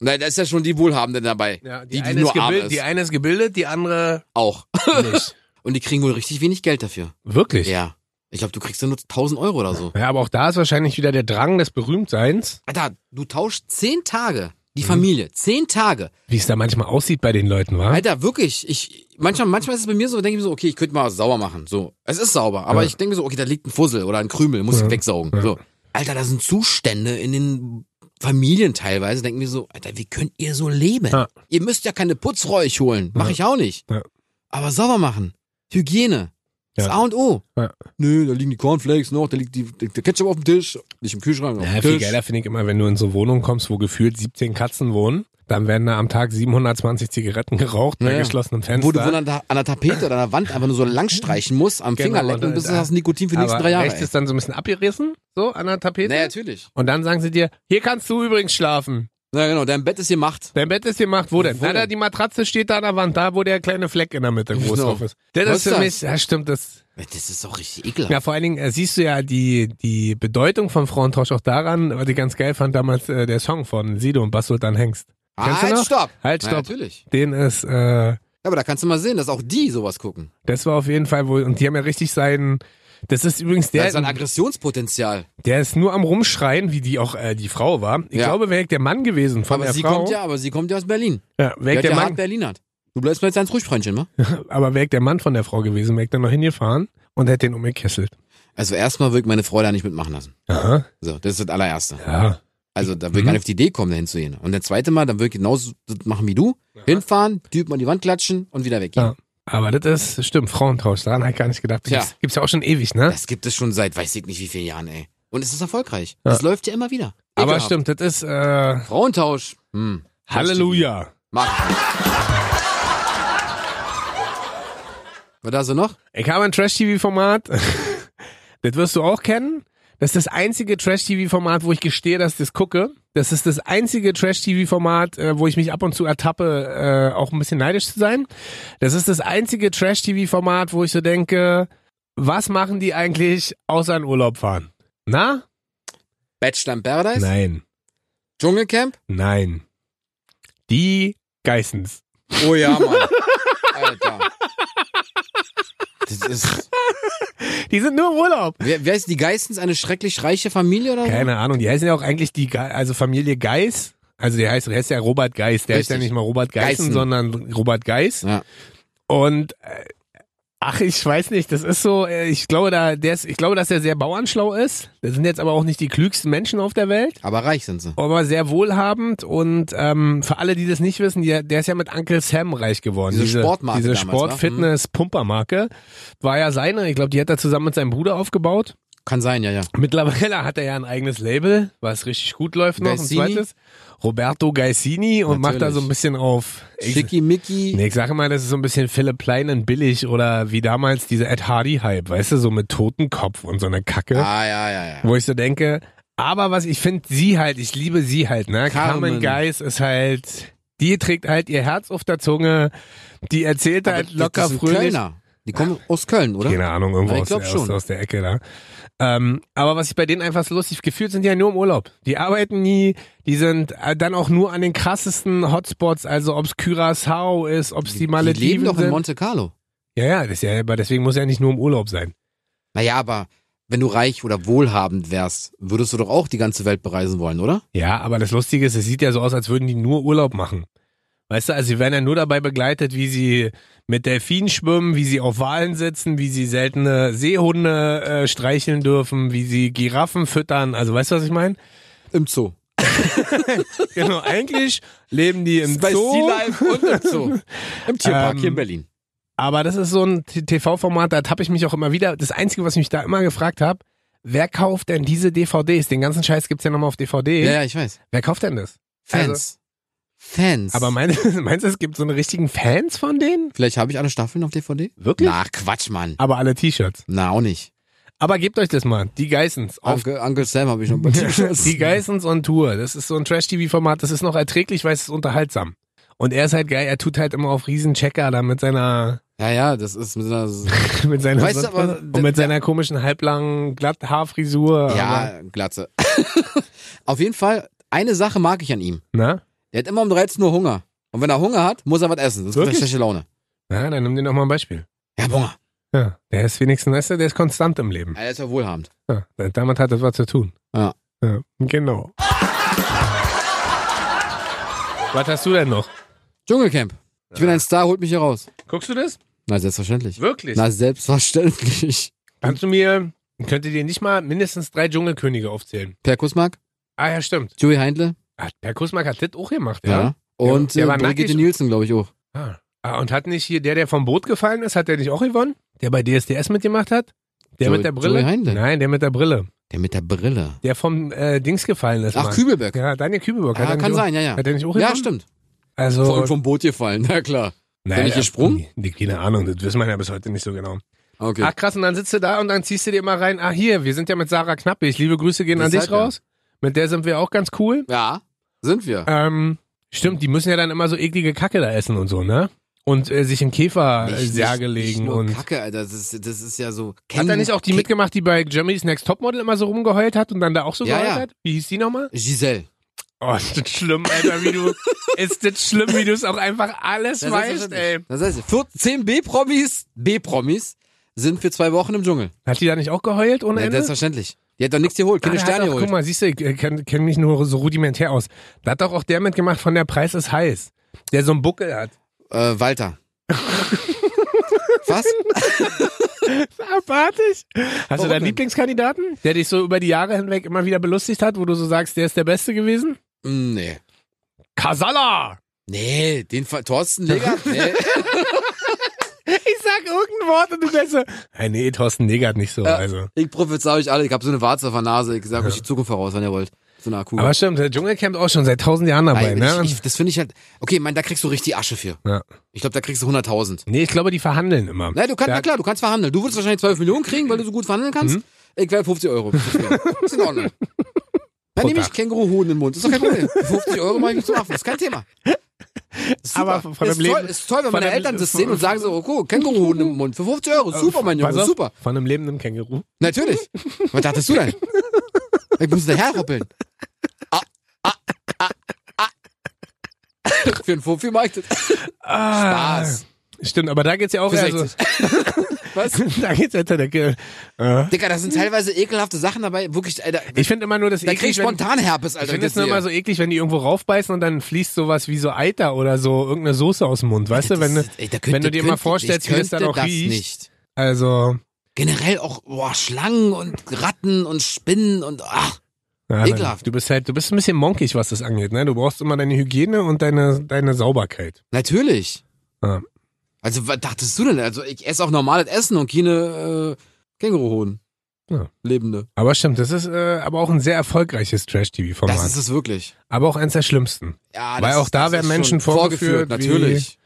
[SPEAKER 1] Nein, da ist ja schon die Wohlhabende dabei,
[SPEAKER 2] Ja,
[SPEAKER 1] die,
[SPEAKER 2] die,
[SPEAKER 1] die,
[SPEAKER 2] eine ist
[SPEAKER 1] nur arm
[SPEAKER 2] gebildet,
[SPEAKER 1] ist.
[SPEAKER 2] die eine ist gebildet, die andere
[SPEAKER 1] auch.
[SPEAKER 2] nicht.
[SPEAKER 1] Und die kriegen wohl richtig wenig Geld dafür.
[SPEAKER 2] Wirklich?
[SPEAKER 1] Ja. Ich glaube, du kriegst ja nur 1000 Euro oder so.
[SPEAKER 2] Ja, aber auch da ist wahrscheinlich wieder der Drang des Berühmtseins,
[SPEAKER 1] Alter, du tauschst zehn Tage.
[SPEAKER 2] Mhm.
[SPEAKER 1] Die Familie, zehn Tage.
[SPEAKER 2] wie es da manchmal aussieht bei den Leuten, wa?
[SPEAKER 1] Alter, wirklich. Ich, manchmal, manchmal ist es bei mir so, denke ich mir so, okay, ich könnte mal was sauber machen. So. Es ist sauber, aber
[SPEAKER 2] Ja.
[SPEAKER 1] ich denke mir so, okay, da liegt ein Fussel oder ein Krümel, muss
[SPEAKER 2] Ja.
[SPEAKER 1] ich wegsaugen.
[SPEAKER 2] Ja.
[SPEAKER 1] So. Alter, da sind Zustände in den Familien teilweise, denken wir so, Alter, wie könnt ihr so leben?
[SPEAKER 2] Ja.
[SPEAKER 1] Ihr müsst ja keine Putzfrau euch holen. Mach
[SPEAKER 2] Ja.
[SPEAKER 1] ich auch nicht.
[SPEAKER 2] Ja.
[SPEAKER 1] Aber sauber machen. Hygiene. Das
[SPEAKER 2] Ja.
[SPEAKER 1] A und O.
[SPEAKER 2] Ja.
[SPEAKER 1] Nö, da liegen die Cornflakes noch, da liegt die, der Ketchup auf dem Tisch, nicht im Kühlschrank, auf
[SPEAKER 2] Ja,
[SPEAKER 1] dem
[SPEAKER 2] viel
[SPEAKER 1] Tisch.
[SPEAKER 2] geiler finde ich immer, wenn du in so Wohnungen kommst, wo gefühlt 17 Katzen wohnen, dann werden da am Tag 720 Zigaretten geraucht bei
[SPEAKER 1] Ja.
[SPEAKER 2] geschlossenem Fenster.
[SPEAKER 1] Wo du wohl an der, an der Tapete oder an der Wand einfach nur so lang streichen musst, am
[SPEAKER 2] Genau,
[SPEAKER 1] Finger lecken,
[SPEAKER 2] und,
[SPEAKER 1] bis du
[SPEAKER 2] äh,
[SPEAKER 1] hast Nikotin für die nächsten
[SPEAKER 2] aber
[SPEAKER 1] drei Jahre.
[SPEAKER 2] rechts
[SPEAKER 1] ey.
[SPEAKER 2] ist dann so ein bisschen abgerissen, so an der Tapete.
[SPEAKER 1] Naja, natürlich.
[SPEAKER 2] und dann sagen sie dir, hier kannst du übrigens schlafen.
[SPEAKER 1] Na genau, dein Bett ist gemacht.
[SPEAKER 2] Dein Bett ist gemacht, wo denn?
[SPEAKER 1] Wo
[SPEAKER 2] Na, da
[SPEAKER 1] denn?
[SPEAKER 2] die Matratze steht da an der Wand, da wo der kleine Fleck in der Mitte groß
[SPEAKER 1] Genau.
[SPEAKER 2] drauf ist. Das
[SPEAKER 1] Was
[SPEAKER 2] ist für
[SPEAKER 1] ist das?
[SPEAKER 2] mich, ja stimmt, das
[SPEAKER 1] Das ist doch richtig ekelhaft.
[SPEAKER 2] Ja, vor allen Dingen äh, siehst du ja die, die Bedeutung von Frauentausch auch daran, was ich ganz geil fand damals, äh, der Song von Sido und Bas Sultan Hengst. Kennst du
[SPEAKER 1] halt,
[SPEAKER 2] noch?
[SPEAKER 1] stopp.
[SPEAKER 2] Halt,
[SPEAKER 1] Na,
[SPEAKER 2] stopp.
[SPEAKER 1] natürlich.
[SPEAKER 2] Den ist, äh,
[SPEAKER 1] Ja, aber da kannst du mal sehen, dass auch die sowas gucken.
[SPEAKER 2] das war auf jeden Fall wohl, und die haben ja richtig seinen, das ist übrigens
[SPEAKER 1] Der
[SPEAKER 2] der,
[SPEAKER 1] ist ein Aggressionspotenzial.
[SPEAKER 2] der ist nur am Rumschreien, wie die auch äh, die Frau war. Ich
[SPEAKER 1] Ja.
[SPEAKER 2] glaube, wäre ich der Mann gewesen von
[SPEAKER 1] aber
[SPEAKER 2] der
[SPEAKER 1] sie
[SPEAKER 2] Frau.
[SPEAKER 1] kommt ja, aber sie kommt ja aus Berlin.
[SPEAKER 2] ja,
[SPEAKER 1] Die
[SPEAKER 2] wäre ich
[SPEAKER 1] hat
[SPEAKER 2] der
[SPEAKER 1] ja
[SPEAKER 2] Mann,
[SPEAKER 1] hart Berlinert. Du bleibst mir jetzt ganz ruhig, Freundchen, ne?
[SPEAKER 2] aber wäre ich der Mann von der Frau gewesen, wäre ich dann noch hingefahren und hätte den umgekesselt.
[SPEAKER 1] Also erstmal würde ich meine Frau da nicht mitmachen lassen.
[SPEAKER 2] Aha,
[SPEAKER 1] So, das ist das allererste.
[SPEAKER 2] ja.
[SPEAKER 1] Also da
[SPEAKER 2] Mhm.
[SPEAKER 1] würde ich gar nicht auf die Idee kommen, da hinzugehen. Und das zweite Mal, dann würde ich genauso das machen wie du. Hinfahren, Typen an die Wand klatschen und wieder weggehen.
[SPEAKER 2] Ja. Aber das ist, stimmt, Frauentausch, daran habe ich gar nicht gedacht. Das
[SPEAKER 1] Tja.
[SPEAKER 2] gibt's, gibt's ja auch schon ewig, ne?
[SPEAKER 1] Das gibt es schon seit weiß ich nicht wie vielen Jahren, ey. Und es ist erfolgreich. Das läuft ja immer wieder.
[SPEAKER 2] Aber
[SPEAKER 1] Ekelhaft.
[SPEAKER 2] stimmt, das ist, äh,
[SPEAKER 1] Frauentausch. Hm.
[SPEAKER 2] Halleluja.
[SPEAKER 1] Mach. Was hast du noch?
[SPEAKER 2] Ich habe ein Trash-TV-Format. das wirst du auch kennen. Das ist das einzige Trash-TV-Format, wo ich gestehe, dass ich das gucke. Das ist das einzige Trash-TV-Format, äh, wo ich mich ab und zu ertappe, äh, auch ein bisschen neidisch zu sein. Das ist das einzige Trash-TV-Format, wo ich so denke, was machen die eigentlich außer in Urlaub fahren? Na?
[SPEAKER 1] Bachelor in Paradise?
[SPEAKER 2] Nein.
[SPEAKER 1] Dschungelcamp?
[SPEAKER 2] Nein. Die Geissens.
[SPEAKER 1] Oh ja, Mann. Alter. Das ist.
[SPEAKER 2] Die sind nur im Urlaub.
[SPEAKER 1] Wer, wer ist die Geistens? Eine schrecklich reiche Familie oder so?
[SPEAKER 2] Keine Ahnung, die heißen ja auch eigentlich die, Ge also Familie Geis. Also der heißt, der heißt ja Robert Geis. Der heißt ja
[SPEAKER 1] Richtig.
[SPEAKER 2] nicht mal Robert Geißen,
[SPEAKER 1] Geißen.
[SPEAKER 2] sondern Robert Geis.
[SPEAKER 1] Ja.
[SPEAKER 2] Und äh, ach, ich weiß nicht, das ist so, äh, ich glaube, da, der ist, ich glaube, dass er sehr bauernschlau ist. Das sind jetzt aber auch nicht die klügsten Menschen auf der Welt.
[SPEAKER 1] Aber reich sind sie.
[SPEAKER 2] Aber sehr wohlhabend und ähm, für alle, die das nicht wissen, die, der ist ja mit Uncle Sam reich geworden.
[SPEAKER 1] Diese Sportmarke
[SPEAKER 2] Diese
[SPEAKER 1] damals, wa?
[SPEAKER 2] Sport-Fitness-Pumpermarke war ja seine. Ich glaube, die hat er zusammen mit seinem Bruder aufgebaut.
[SPEAKER 1] Kann sein, ja, ja.
[SPEAKER 2] Mittlerweile hat er ja ein eigenes Label, was richtig gut läuft noch.
[SPEAKER 1] Gaisini?
[SPEAKER 2] Ein zweites. Roberto Gaisini und macht da so
[SPEAKER 1] Natürlich.
[SPEAKER 2] ein bisschen auf. Ich,
[SPEAKER 1] Schicki Mickey.
[SPEAKER 2] nee, ich sage mal, das ist so ein bisschen Philipp Plein in billig oder wie damals dieser Ed Hardy-Hype, weißt du, so mit Totenkopf und so eine Kacke.
[SPEAKER 1] Ah, ja, ja, ja.
[SPEAKER 2] Wo ich so denke, aber was ich finde, sie halt, ich liebe sie halt, ne? Carmen
[SPEAKER 1] Carmen.
[SPEAKER 2] Geis ist halt, die trägt halt ihr Herz auf der Zunge, die erzählt
[SPEAKER 1] Aber
[SPEAKER 2] halt locker
[SPEAKER 1] das sind
[SPEAKER 2] fröhlich. Genau.
[SPEAKER 1] Kölner. Die kommen aus Köln, oder?
[SPEAKER 2] Keine Ahnung, irgendwo
[SPEAKER 1] Ich
[SPEAKER 2] aus,
[SPEAKER 1] glaub
[SPEAKER 2] der- aus,
[SPEAKER 1] schon.
[SPEAKER 2] aus der Ecke da. Ähm, aber was ich bei denen einfach so lustig gefühlt sind, die ja nur im Urlaub. Die arbeiten nie, die sind äh, dann auch nur an den krassesten Hotspots, also ob's Curaçao ist, ob's die, Malediven
[SPEAKER 1] die leben doch
[SPEAKER 2] sind.
[SPEAKER 1] in Monte Carlo.
[SPEAKER 2] ja, ja, das ist ja, aber deswegen muss er ja nicht nur im Urlaub sein.
[SPEAKER 1] Naja, aber wenn du reich oder wohlhabend wärst, würdest du doch auch die ganze Welt bereisen wollen, oder?
[SPEAKER 2] Ja, aber das Lustige ist, es sieht ja so aus, als würden die nur Urlaub machen. Weißt du, also sie werden ja nur dabei begleitet, wie sie mit Delfinen schwimmen, wie sie auf Walen sitzen, wie sie seltene Seehunde äh, streicheln dürfen, wie sie Giraffen füttern. Also weißt du, was ich meine?
[SPEAKER 1] Im Zoo.
[SPEAKER 2] Genau, eigentlich leben die im
[SPEAKER 1] Bei
[SPEAKER 2] Zoo.
[SPEAKER 1] Sea Life und im Zoo. Im Tierpark
[SPEAKER 2] Ähm,
[SPEAKER 1] hier in Berlin.
[SPEAKER 2] Aber das ist so ein T- TV-Format, da tapp ich mich auch immer wieder. Das Einzige, was ich mich da immer gefragt habe, wer kauft denn diese DVDs? Den ganzen Scheiß gibt's ja nochmal auf DVD.
[SPEAKER 1] Ja, ja, ich weiß.
[SPEAKER 2] Wer kauft denn das?
[SPEAKER 1] Fans. Fans.
[SPEAKER 2] Also- Aber meinst, meinst du, es gibt so einen richtigen Fans von denen?
[SPEAKER 1] Vielleicht habe ich alle Staffeln auf DVD?
[SPEAKER 2] Wirklich?
[SPEAKER 1] Na, Quatsch, Mann.
[SPEAKER 2] Aber alle T-Shirts.
[SPEAKER 1] Na, auch nicht.
[SPEAKER 2] Aber gebt euch das mal. Die Geissens. Auf
[SPEAKER 1] Onkel, Onkel Sam habe ich noch bei
[SPEAKER 2] Die Geissens on Tour. Das ist so ein Trash-TV-Format. Das ist noch erträglich, weil es ist unterhaltsam. Und er ist halt geil. Er tut halt immer auf Riesenchecker da mit seiner,
[SPEAKER 1] Ja, ja, das ist mit einer,
[SPEAKER 2] mit seiner,
[SPEAKER 1] Weißt du, aber-
[SPEAKER 2] und mit seiner komischen halblangen Glatthaarfrisur. Aber-
[SPEAKER 1] ja, Glatze. auf jeden Fall, eine Sache mag ich an ihm.
[SPEAKER 2] Na?
[SPEAKER 1] Der hat immer um 13 Uhr Hunger. Und wenn er Hunger hat, muss er was essen. Sonst kriegt er
[SPEAKER 2] Wirklich?
[SPEAKER 1] schlechte Laune.
[SPEAKER 2] Na, dann nimm dir doch mal ein Beispiel.
[SPEAKER 1] Ja, Hunger.
[SPEAKER 2] Ja. Der ist wenigstens, weißt du, der ist konstant im Leben.
[SPEAKER 1] Ja, der ist ja wohlhabend.
[SPEAKER 2] Ja. Damit hat das was zu tun.
[SPEAKER 1] Ja.
[SPEAKER 2] Ja, genau. Was hast du denn noch?
[SPEAKER 1] Dschungelcamp. Ich bin ein Star, holt mich hier raus.
[SPEAKER 2] Guckst du das?
[SPEAKER 1] Na, selbstverständlich.
[SPEAKER 2] Wirklich?
[SPEAKER 1] Na, selbstverständlich.
[SPEAKER 2] Kannst du mir, könnte dir nicht mal mindestens drei Dschungelkönige aufzählen?
[SPEAKER 1] Per Kussmark,
[SPEAKER 2] Ah ja, stimmt.
[SPEAKER 1] Joey Heindle.
[SPEAKER 2] Hat Per Kusmark hat das auch gemacht, ja?
[SPEAKER 1] Und
[SPEAKER 2] Ja, der
[SPEAKER 1] äh,
[SPEAKER 2] war
[SPEAKER 1] Brigitte
[SPEAKER 2] nackig.
[SPEAKER 1] Nielsen, glaube ich, auch.
[SPEAKER 2] Ah. ah. Und hat nicht hier der, der vom Boot gefallen ist, hat der nicht auch gewonnen? Der bei DSDS mitgemacht hat? Der
[SPEAKER 1] Joey-
[SPEAKER 2] mit der Brille?
[SPEAKER 1] Joey Heindle.
[SPEAKER 2] Nein, der mit der Brille.
[SPEAKER 1] Der mit der Brille.
[SPEAKER 2] Der vom äh, Dings gefallen ist.
[SPEAKER 1] Ach,
[SPEAKER 2] Mann.
[SPEAKER 1] Kübelberg.
[SPEAKER 2] Ja, Daniel Kübelberg. hat
[SPEAKER 1] Ah,
[SPEAKER 2] er
[SPEAKER 1] kann
[SPEAKER 2] nicht auch-
[SPEAKER 1] sein, ja, ja.
[SPEAKER 2] Hat der nicht auch
[SPEAKER 1] Ja,
[SPEAKER 2] gewonnen?
[SPEAKER 1] stimmt.
[SPEAKER 2] Also,
[SPEAKER 1] Voll vom Boot gefallen, na klar.
[SPEAKER 2] nein,
[SPEAKER 1] nicht gesprungen?
[SPEAKER 2] äh, nee, Keine Ahnung, das wissen wir ja bis heute nicht so genau.
[SPEAKER 1] Okay.
[SPEAKER 2] Ach krass, und dann sitzt du da und dann ziehst du dir immer rein, ah hier, wir sind ja mit Sarah Knappe, ich liebe Grüße gehen
[SPEAKER 1] Das
[SPEAKER 2] an dich
[SPEAKER 1] seid ihr.
[SPEAKER 2] raus. Mit der sind wir auch ganz cool.
[SPEAKER 1] Ja, sind wir.
[SPEAKER 2] Ähm, stimmt, die müssen ja dann immer so eklige Kacke da essen und so, ne? Und äh, sich in Käfer äh,
[SPEAKER 1] Nicht-
[SPEAKER 2] Särge
[SPEAKER 1] nicht-
[SPEAKER 2] legen
[SPEAKER 1] nicht nur
[SPEAKER 2] und.
[SPEAKER 1] oh, Kacke, Alter, das ist, das ist ja so.
[SPEAKER 2] Hat da nicht auch die
[SPEAKER 1] Ken-
[SPEAKER 2] mitgemacht, die bei Germany's Next Topmodel immer so rumgeheult hat und dann da auch so
[SPEAKER 1] Ja,
[SPEAKER 2] geheult
[SPEAKER 1] ja.
[SPEAKER 2] hat? Wie hieß die nochmal?
[SPEAKER 1] Giselle.
[SPEAKER 2] Oh, ist das schlimm, Alter, wie du. ist das schlimm, wie du es auch einfach alles
[SPEAKER 1] Das
[SPEAKER 2] weißt, ey.
[SPEAKER 1] Das heißt, 10 B-Promis, B-Promis sind für zwei Wochen im Dschungel.
[SPEAKER 2] Hat die da nicht auch geheult ohne
[SPEAKER 1] Ja,
[SPEAKER 2] Ende?
[SPEAKER 1] selbstverständlich. Die hat doch nichts geholt, keine
[SPEAKER 2] Ah, der hat
[SPEAKER 1] Sterne
[SPEAKER 2] auch,
[SPEAKER 1] geholt.
[SPEAKER 2] Guck mal, siehst du, ich äh, kenn- kenn mich nur so rudimentär aus. Da hat doch auch der mitgemacht von der Preis ist heiß, der so einen Buckel hat.
[SPEAKER 1] Äh, Walter. Was?
[SPEAKER 2] Abartig. Hast
[SPEAKER 1] Warum
[SPEAKER 2] du deinen
[SPEAKER 1] denn?
[SPEAKER 2] Lieblingskandidaten, der dich so über die Jahre hinweg immer wieder belustigt hat, wo du so sagst, der ist der Beste gewesen?
[SPEAKER 1] Mm, Nee.
[SPEAKER 2] Kasala!
[SPEAKER 1] Nee, den Ver Thorsten Legert? Nee.
[SPEAKER 2] Ich sag irgendein Wort und du denkst so, hey, nee, Thorsten Negert nicht so. Also.
[SPEAKER 1] Ich prophezei euch alle, ich hab so eine Warze auf der Nase, ich sag euch die Zukunft voraus, wenn ihr wollt. So eine Akku.
[SPEAKER 2] Aber stimmt, der Dschungelcamp auch schon seit tausend Jahren dabei,
[SPEAKER 1] Nein,
[SPEAKER 2] ne?
[SPEAKER 1] ich, ich, das finde ich halt. Okay, mein, da kriegst du richtig Asche für.
[SPEAKER 2] ja.
[SPEAKER 1] Ich glaube, da kriegst du 100.000.
[SPEAKER 2] Nee, ich glaube, die verhandeln immer.
[SPEAKER 1] Na, du kannst,
[SPEAKER 2] Da-
[SPEAKER 1] na klar, du kannst verhandeln. Du würdest wahrscheinlich 12 Millionen kriegen, weil du so gut verhandeln kannst.
[SPEAKER 2] Mhm.
[SPEAKER 1] Ich werde 50 Euro. Ist in Ordnung. Dann nehme ich
[SPEAKER 2] Tag.
[SPEAKER 1] Känguruhoden in den Mund. Ist doch kein Problem. 50 Euro mache ich mich zum Affen. Ist kein Thema. Ist Super.
[SPEAKER 2] Aber von deinem
[SPEAKER 1] ist toll,
[SPEAKER 2] Leben-
[SPEAKER 1] ist toll, wenn
[SPEAKER 2] von
[SPEAKER 1] meine
[SPEAKER 2] deinem-
[SPEAKER 1] Eltern das sehen und sagen so, oh, cool, Känguruhoden im Mund für 50 Euro. Super, mein
[SPEAKER 2] Pass
[SPEAKER 1] Junge,
[SPEAKER 2] auf,
[SPEAKER 1] super.
[SPEAKER 2] Von einem lebenden Känguru.
[SPEAKER 1] Natürlich. Was dachtest du denn? Ich muss daher hoppeln. Ah, ah, ah, ah. Für einen Fuffi mach ich das.
[SPEAKER 2] Ah,
[SPEAKER 1] Spaß.
[SPEAKER 2] Stimmt, aber da geht's ja auch
[SPEAKER 1] Für
[SPEAKER 2] eher so.
[SPEAKER 1] 60. Was?
[SPEAKER 2] da geht's ja der Decke. Äh.
[SPEAKER 1] Digga, da sind teilweise ekelhafte Sachen dabei. Wirklich, Alter.
[SPEAKER 2] Ich finde immer nur das
[SPEAKER 1] Da krieg ich
[SPEAKER 2] Also wenn-
[SPEAKER 1] spontan Herpes,
[SPEAKER 2] Ich
[SPEAKER 1] Alter.
[SPEAKER 2] finde
[SPEAKER 1] wenn
[SPEAKER 2] es nur
[SPEAKER 1] sehe.
[SPEAKER 2] immer so eklig, wenn die irgendwo raufbeißen und dann fließt sowas wie so Eiter oder so irgendeine Soße aus dem Mund, weißt du,
[SPEAKER 1] Das
[SPEAKER 2] wenn,
[SPEAKER 1] ist- ey, da könnte-
[SPEAKER 2] wenn du dir
[SPEAKER 1] könnte-
[SPEAKER 2] mal vorstellst,
[SPEAKER 1] ich
[SPEAKER 2] wie das dann
[SPEAKER 1] könnte
[SPEAKER 2] auch
[SPEAKER 1] das
[SPEAKER 2] riecht.
[SPEAKER 1] Nicht.
[SPEAKER 2] Also,
[SPEAKER 1] Generell auch boah, Schlangen und Ratten und Spinnen und ach,
[SPEAKER 2] ja,
[SPEAKER 1] Ekelhaft.
[SPEAKER 2] du bist halt, du bist ein bisschen monkig, was das angeht, ne? Du brauchst immer deine Hygiene und deine, deine Sauberkeit.
[SPEAKER 1] natürlich.
[SPEAKER 2] Ja.
[SPEAKER 1] Also was dachtest du denn? Also ich esse auch normales Essen und keine äh, Känguruhoden.
[SPEAKER 2] Ja.
[SPEAKER 1] Lebende.
[SPEAKER 2] Aber stimmt, das ist äh, aber auch ein sehr erfolgreiches
[SPEAKER 1] Das ist
[SPEAKER 2] Trash-TV-Format.
[SPEAKER 1] es wirklich.
[SPEAKER 2] Aber auch eins der schlimmsten.
[SPEAKER 1] Ja,
[SPEAKER 2] Weil
[SPEAKER 1] das,
[SPEAKER 2] auch da
[SPEAKER 1] das
[SPEAKER 2] werden
[SPEAKER 1] ist
[SPEAKER 2] Menschen
[SPEAKER 1] schon
[SPEAKER 2] vorgeführt,
[SPEAKER 1] Natürlich.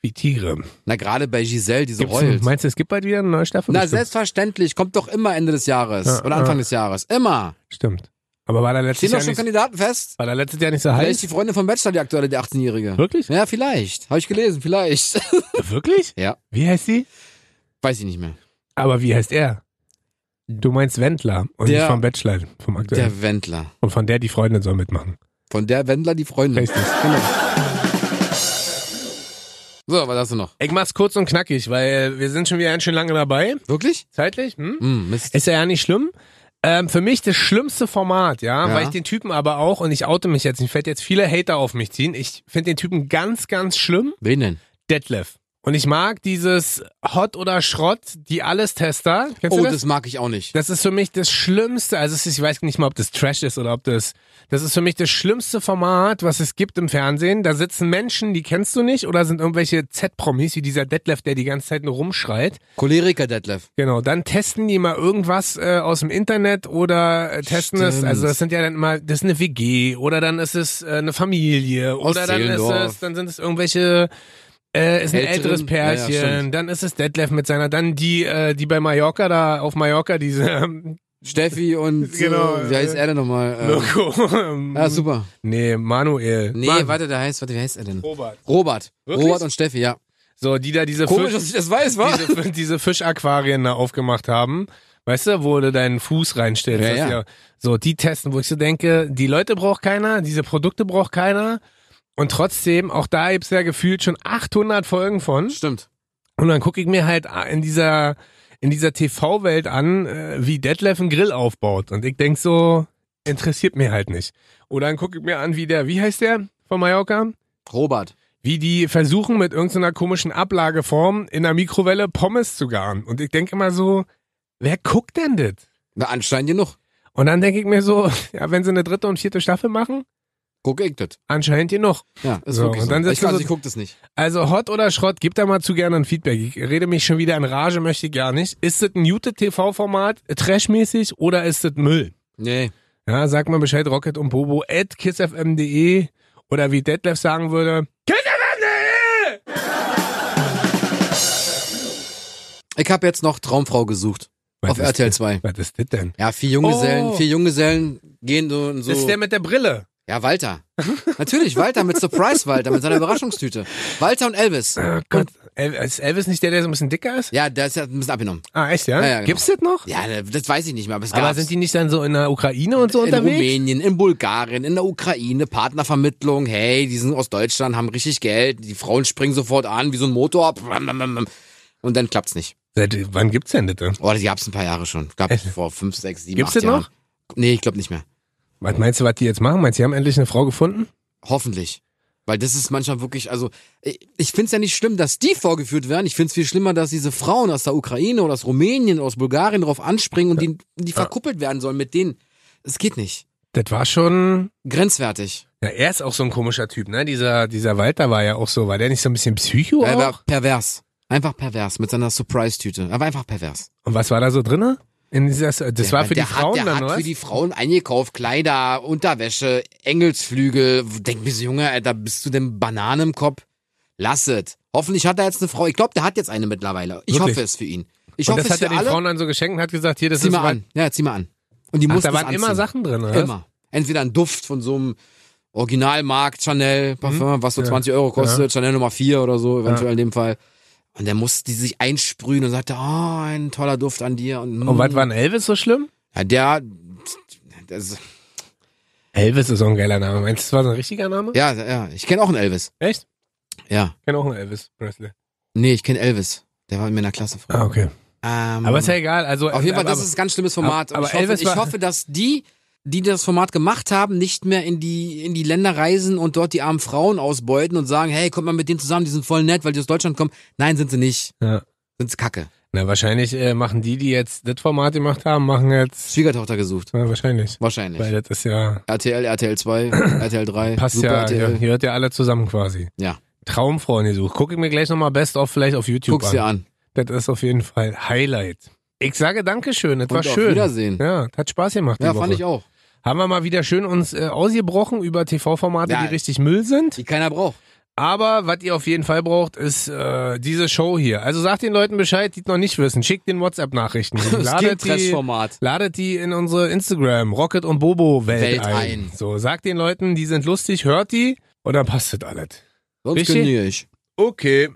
[SPEAKER 2] Wie Tiere.
[SPEAKER 1] Na, gerade bei Giselle, die so
[SPEAKER 2] Gibt's,
[SPEAKER 1] heult.
[SPEAKER 2] meinst du, es gibt bald wieder eine neue Staffel?
[SPEAKER 1] Na,
[SPEAKER 2] Bestimmt.
[SPEAKER 1] selbstverständlich. Kommt doch immer Ende des Jahres.
[SPEAKER 2] Ja,
[SPEAKER 1] oder Anfang
[SPEAKER 2] ja.
[SPEAKER 1] des Jahres. Immer.
[SPEAKER 2] Stimmt. Aber war da letztes
[SPEAKER 1] Stehen
[SPEAKER 2] Jahr
[SPEAKER 1] doch schon
[SPEAKER 2] nicht,
[SPEAKER 1] Kandidaten fest?
[SPEAKER 2] war da letztes Jahr nicht so
[SPEAKER 1] Vielleicht
[SPEAKER 2] heiß?
[SPEAKER 1] die Freundin vom Bachelor, die aktuelle, die 18-Jährige.
[SPEAKER 2] Wirklich?
[SPEAKER 1] Ja, vielleicht. Habe ich gelesen, vielleicht.
[SPEAKER 2] Wirklich?
[SPEAKER 1] Ja.
[SPEAKER 2] Wie heißt sie?
[SPEAKER 1] Weiß ich nicht mehr.
[SPEAKER 2] Aber wie heißt er? Du meinst Wendler und
[SPEAKER 1] Der-
[SPEAKER 2] nicht vom Bachelor, vom aktuellen.
[SPEAKER 1] Der Wendler.
[SPEAKER 2] und von der die Freundin soll mitmachen.
[SPEAKER 1] Von der Wendler die Freundin.
[SPEAKER 2] Richtig.
[SPEAKER 1] So, was hast du noch?
[SPEAKER 2] Ich mach's kurz und knackig, weil wir sind schon wieder ganz schön lange dabei,
[SPEAKER 1] Wirklich?
[SPEAKER 2] zeitlich. Hm?
[SPEAKER 1] Hm, Mist.
[SPEAKER 2] Ist ja ja nicht schlimm. Äh, Ähm, für mich das schlimmste Format, ja,
[SPEAKER 1] Ja.
[SPEAKER 2] weil ich den Typen aber auch, und ich oute mich jetzt, ich werde jetzt viele Hater auf mich ziehen, ich finde den Typen ganz, ganz schlimm,
[SPEAKER 1] Wen denn?
[SPEAKER 2] Detlef. Und ich mag dieses Hot oder Schrott, die Alles-Tester. Kennst
[SPEAKER 1] Oh,
[SPEAKER 2] du das?
[SPEAKER 1] das mag ich auch nicht.
[SPEAKER 2] Das ist für mich das Schlimmste. Also es ist, ich weiß nicht mal, ob das Trash ist oder ob das. Das ist für mich das schlimmste Format, was es gibt im Fernsehen. Da sitzen Menschen, die kennst du nicht, oder sind irgendwelche Z-Promis wie dieser Detlef, der die ganze Zeit nur rumschreit.
[SPEAKER 1] Choleriker Detlef.
[SPEAKER 2] Genau. Dann testen die mal irgendwas äh, aus dem Internet oder äh, testen es.
[SPEAKER 1] Stimmt.
[SPEAKER 2] Also das sind ja dann mal, das ist eine WG oder dann ist es äh, eine Familie
[SPEAKER 1] Aus
[SPEAKER 2] oder dann ist
[SPEAKER 1] Zehlendorf.
[SPEAKER 2] es, dann sind es irgendwelche. Äh, ist ein
[SPEAKER 1] Älteren?
[SPEAKER 2] älteres
[SPEAKER 1] Ja, ja,
[SPEAKER 2] Pärchen,
[SPEAKER 1] stimmt.
[SPEAKER 2] dann ist es Detlef mit seiner, dann die, äh, die bei Mallorca da, auf Mallorca diese
[SPEAKER 1] Steffi und
[SPEAKER 2] Genau,
[SPEAKER 1] äh, wie heißt
[SPEAKER 2] äh,
[SPEAKER 1] er denn nochmal? Äh,
[SPEAKER 2] Loco.
[SPEAKER 1] ja, super.
[SPEAKER 2] Nee, Manuel.
[SPEAKER 1] Nee,
[SPEAKER 2] Mann.
[SPEAKER 1] warte, der heißt, warte, wie heißt er denn?
[SPEAKER 2] Robert.
[SPEAKER 1] Robert.
[SPEAKER 2] Wirklich?
[SPEAKER 1] Robert und Steffi, ja.
[SPEAKER 2] So, die da diese,
[SPEAKER 1] Komisch,
[SPEAKER 2] Fisch,
[SPEAKER 1] dass ich das weiß, wa?
[SPEAKER 2] diese, diese Fischaquarien da aufgemacht haben. Weißt du, wo du deinen Fuß reinstellst.
[SPEAKER 1] Ja,
[SPEAKER 2] dass
[SPEAKER 1] ja.
[SPEAKER 2] die- So, die testen, wo ich so denke, die Leute braucht keiner, diese Produkte braucht keiner. Und trotzdem, auch da gibt's ja gefühlt schon 800 Folgen von.
[SPEAKER 1] Stimmt.
[SPEAKER 2] Und dann gucke ich mir halt in dieser, in dieser TV-Welt an, äh, wie Detlef einen Grill aufbaut. Und ich denk so, interessiert mir halt nicht. Oder dann gucke ich mir an, wie der, wie heißt der von Mallorca?
[SPEAKER 1] Robert.
[SPEAKER 2] Wie die versuchen, mit irgendeiner komischen Ablageform in der Mikrowelle Pommes zu garen. Und ich denk immer so, wer guckt denn das?
[SPEAKER 1] Na, anscheinend genug.
[SPEAKER 2] Und dann denk ich mir so, ja, wenn sie eine dritte und vierte Staffel machen,
[SPEAKER 1] Guck ich das.
[SPEAKER 2] anscheinend genug.
[SPEAKER 1] Ja, ist
[SPEAKER 2] So,
[SPEAKER 1] wirklich
[SPEAKER 2] und
[SPEAKER 1] so.
[SPEAKER 2] dann
[SPEAKER 1] ich,
[SPEAKER 2] setzt du
[SPEAKER 1] also,
[SPEAKER 2] so-
[SPEAKER 1] ich guck das nicht.
[SPEAKER 2] Also Hot oder Schrott, gib da mal zu gerne ein Feedback. Ich rede mich schon wieder in Rage, möchte ich gar nicht. Ist das ein gutes TV-Format, äh, trashmäßig, oder ist das Müll?
[SPEAKER 1] Nee.
[SPEAKER 2] Ja, sag mal Bescheid, Rocket und Bobo at kissfm.de oder wie Detlef sagen würde, kissfm.de!
[SPEAKER 1] Ich habe jetzt noch Traumfrau gesucht.
[SPEAKER 2] Was
[SPEAKER 1] auf
[SPEAKER 2] ist
[SPEAKER 1] RTL
[SPEAKER 2] das?
[SPEAKER 1] 2.
[SPEAKER 2] Was ist das denn?
[SPEAKER 1] Ja, vier Junggesellen,
[SPEAKER 2] Oh.
[SPEAKER 1] vier Junggesellen gehen so und so.
[SPEAKER 2] Das ist der mit der Brille.
[SPEAKER 1] ja, Walter. Natürlich, Walter mit Surprise Walter, mit seiner Überraschungstüte. Walter und Elvis.
[SPEAKER 2] Oh Gott. El ist Elvis nicht der, der so ein bisschen dicker ist?
[SPEAKER 1] Ja, das ist ja ein bisschen abgenommen.
[SPEAKER 2] Ah, echt, ja?
[SPEAKER 1] Ja, ja, genau.
[SPEAKER 2] Gibt's das noch?
[SPEAKER 1] Ja, das weiß ich nicht mehr, aber es
[SPEAKER 2] Aber
[SPEAKER 1] gab's.
[SPEAKER 2] sind die nicht dann so in der Ukraine und so
[SPEAKER 1] in
[SPEAKER 2] unterwegs?
[SPEAKER 1] Rumänien, in Bulgarien, in der Ukraine, Partnervermittlung, hey, die sind aus Deutschland, haben richtig Geld, die Frauen springen sofort an wie so ein Motor. Und dann klappt's nicht.
[SPEAKER 2] Seit wann gibt's denn das denn?
[SPEAKER 1] Oh, die gab's ein paar Jahre schon. Gab's vor fünf, sechs, sieben,
[SPEAKER 2] Äh. Gibt's
[SPEAKER 1] acht
[SPEAKER 2] das
[SPEAKER 1] Jahren.
[SPEAKER 2] noch?
[SPEAKER 1] Nee, ich glaube nicht mehr.
[SPEAKER 2] Was meinst du, was die jetzt machen? Meinst du, die haben endlich eine Frau gefunden?
[SPEAKER 1] Hoffentlich. Weil das ist manchmal wirklich, also ich, ich find's ja nicht schlimm, dass die vorgeführt werden. Ich find's viel schlimmer, dass diese Frauen aus der Ukraine oder aus Rumänien oder aus Bulgarien drauf anspringen und die, die verkuppelt werden sollen mit denen. Es geht nicht.
[SPEAKER 2] Das war schon.
[SPEAKER 1] Grenzwertig.
[SPEAKER 2] Ja, er ist auch so ein komischer Typ, ne? Dieser, dieser Walter war ja auch so. War der nicht so ein bisschen Psycho
[SPEAKER 1] Er war
[SPEAKER 2] auch?
[SPEAKER 1] pervers. Einfach pervers mit seiner Surprise-Tüte. Er war einfach pervers.
[SPEAKER 2] Und was war da so drinne? In dieser, das war für
[SPEAKER 1] der
[SPEAKER 2] die
[SPEAKER 1] hat,
[SPEAKER 2] Frauen
[SPEAKER 1] der
[SPEAKER 2] dann,
[SPEAKER 1] hat
[SPEAKER 2] oder?
[SPEAKER 1] für
[SPEAKER 2] was?
[SPEAKER 1] die Frauen eingekauft, Kleider, Unterwäsche, Engelsflügel. Denk mir so, Junge, Alter, bist du denn Banane im Kopf? Lass es. Hoffentlich hat er jetzt eine Frau. Ich glaube, der hat jetzt eine mittlerweile. Ich
[SPEAKER 2] Wirklich?
[SPEAKER 1] hoffe es für ihn. Ich
[SPEAKER 2] Und
[SPEAKER 1] hoffe
[SPEAKER 2] das
[SPEAKER 1] es
[SPEAKER 2] hat er
[SPEAKER 1] für
[SPEAKER 2] den
[SPEAKER 1] alle.
[SPEAKER 2] Frauen dann so geschenkt und hat gesagt, hier, das
[SPEAKER 1] zieh
[SPEAKER 2] ist
[SPEAKER 1] mal
[SPEAKER 2] mein.
[SPEAKER 1] an. Ja, zieh mal an. Und die
[SPEAKER 2] Ach,
[SPEAKER 1] mussten
[SPEAKER 2] da
[SPEAKER 1] es
[SPEAKER 2] waren
[SPEAKER 1] anziehen.
[SPEAKER 2] immer Sachen drin, oder? was?
[SPEAKER 1] Immer. Entweder ein Duft von so einem Originalmarkt Chanel
[SPEAKER 2] Mhm.
[SPEAKER 1] Parfum, was so 20 Euro kostet, Chanel Nummer 4 oder so, eventuell in dem Fall. Und dann musste die sich einsprühen und sagte, oh, ein toller Duft an dir. Und,
[SPEAKER 2] Und was war an Elvis so schlimm?
[SPEAKER 1] Ja, der, das,
[SPEAKER 2] Elvis ist so ein geiler Name. Meinst du, das war so ein richtiger Name?
[SPEAKER 1] ja, ja, ich kenne auch einen Elvis.
[SPEAKER 2] Echt?
[SPEAKER 1] Ja,
[SPEAKER 2] Ich kenne auch einen Elvis Presley.
[SPEAKER 1] nee, ich kenne Elvis. Der war in meiner Klasse früher.
[SPEAKER 2] Ah, okay.
[SPEAKER 1] Ähm,
[SPEAKER 2] Aber ist ja egal. Also,
[SPEAKER 1] auf jeden Fall,
[SPEAKER 2] aber,
[SPEAKER 1] das ist ein ganz schlimmes Format.
[SPEAKER 2] aber-
[SPEAKER 1] und ich, hoffe,
[SPEAKER 2] aber Elvis
[SPEAKER 1] ich
[SPEAKER 2] war-
[SPEAKER 1] hoffe, dass die, die das Format gemacht haben, nicht mehr in die, in die Länder reisen und dort die armen Frauen ausbeuten und sagen, hey, kommt mal mit denen zusammen, die sind voll nett, weil die aus Deutschland kommen. Nein, sind sie nicht.
[SPEAKER 2] Ja.
[SPEAKER 1] Sind sie kacke.
[SPEAKER 2] Na, wahrscheinlich äh, machen die, die jetzt das Format gemacht haben, machen jetzt.
[SPEAKER 1] Schwiegertochter gesucht.
[SPEAKER 2] Ja, wahrscheinlich.
[SPEAKER 1] Wahrscheinlich.
[SPEAKER 2] Weil das ist ja.
[SPEAKER 1] RTL, RTL 2, RTL 3,
[SPEAKER 2] Passt
[SPEAKER 1] Super
[SPEAKER 2] ja,
[SPEAKER 1] RTL.
[SPEAKER 2] ihr hört ja alle zusammen quasi.
[SPEAKER 1] Ja.
[SPEAKER 2] Traumfrauen gesucht. Guck ich mir gleich nochmal best auf vielleicht auf YouTube
[SPEAKER 1] Guck's
[SPEAKER 2] an.
[SPEAKER 1] dir an.
[SPEAKER 2] Das ist auf jeden Fall Highlight. Ich sage Dankeschön, das
[SPEAKER 1] Und
[SPEAKER 2] war
[SPEAKER 1] auf
[SPEAKER 2] schön.
[SPEAKER 1] Wiedersehen.
[SPEAKER 2] Ja, hat Spaß gemacht.
[SPEAKER 1] Ja,
[SPEAKER 2] die Woche.
[SPEAKER 1] fand ich auch.
[SPEAKER 2] Haben wir mal wieder schön uns äh, ausgebrochen über TV-Formate,
[SPEAKER 1] Ja.
[SPEAKER 2] die richtig Müll sind.
[SPEAKER 1] Die keiner braucht.
[SPEAKER 2] Aber was ihr auf jeden Fall braucht, ist äh, diese Show hier. Also sagt den Leuten Bescheid, die es noch nicht wissen. Schickt den WhatsApp-Nachrichten. Ladet die,
[SPEAKER 1] Format.
[SPEAKER 2] Ladet die in unsere Instagram Rocket und Bobo Welt,
[SPEAKER 1] Welt
[SPEAKER 2] ein.
[SPEAKER 1] ein.
[SPEAKER 2] So, sagt den Leuten, die sind lustig, hört die und dann passt das alles.
[SPEAKER 1] Sonst
[SPEAKER 2] Richtig?
[SPEAKER 1] kündige ich.
[SPEAKER 2] Okay.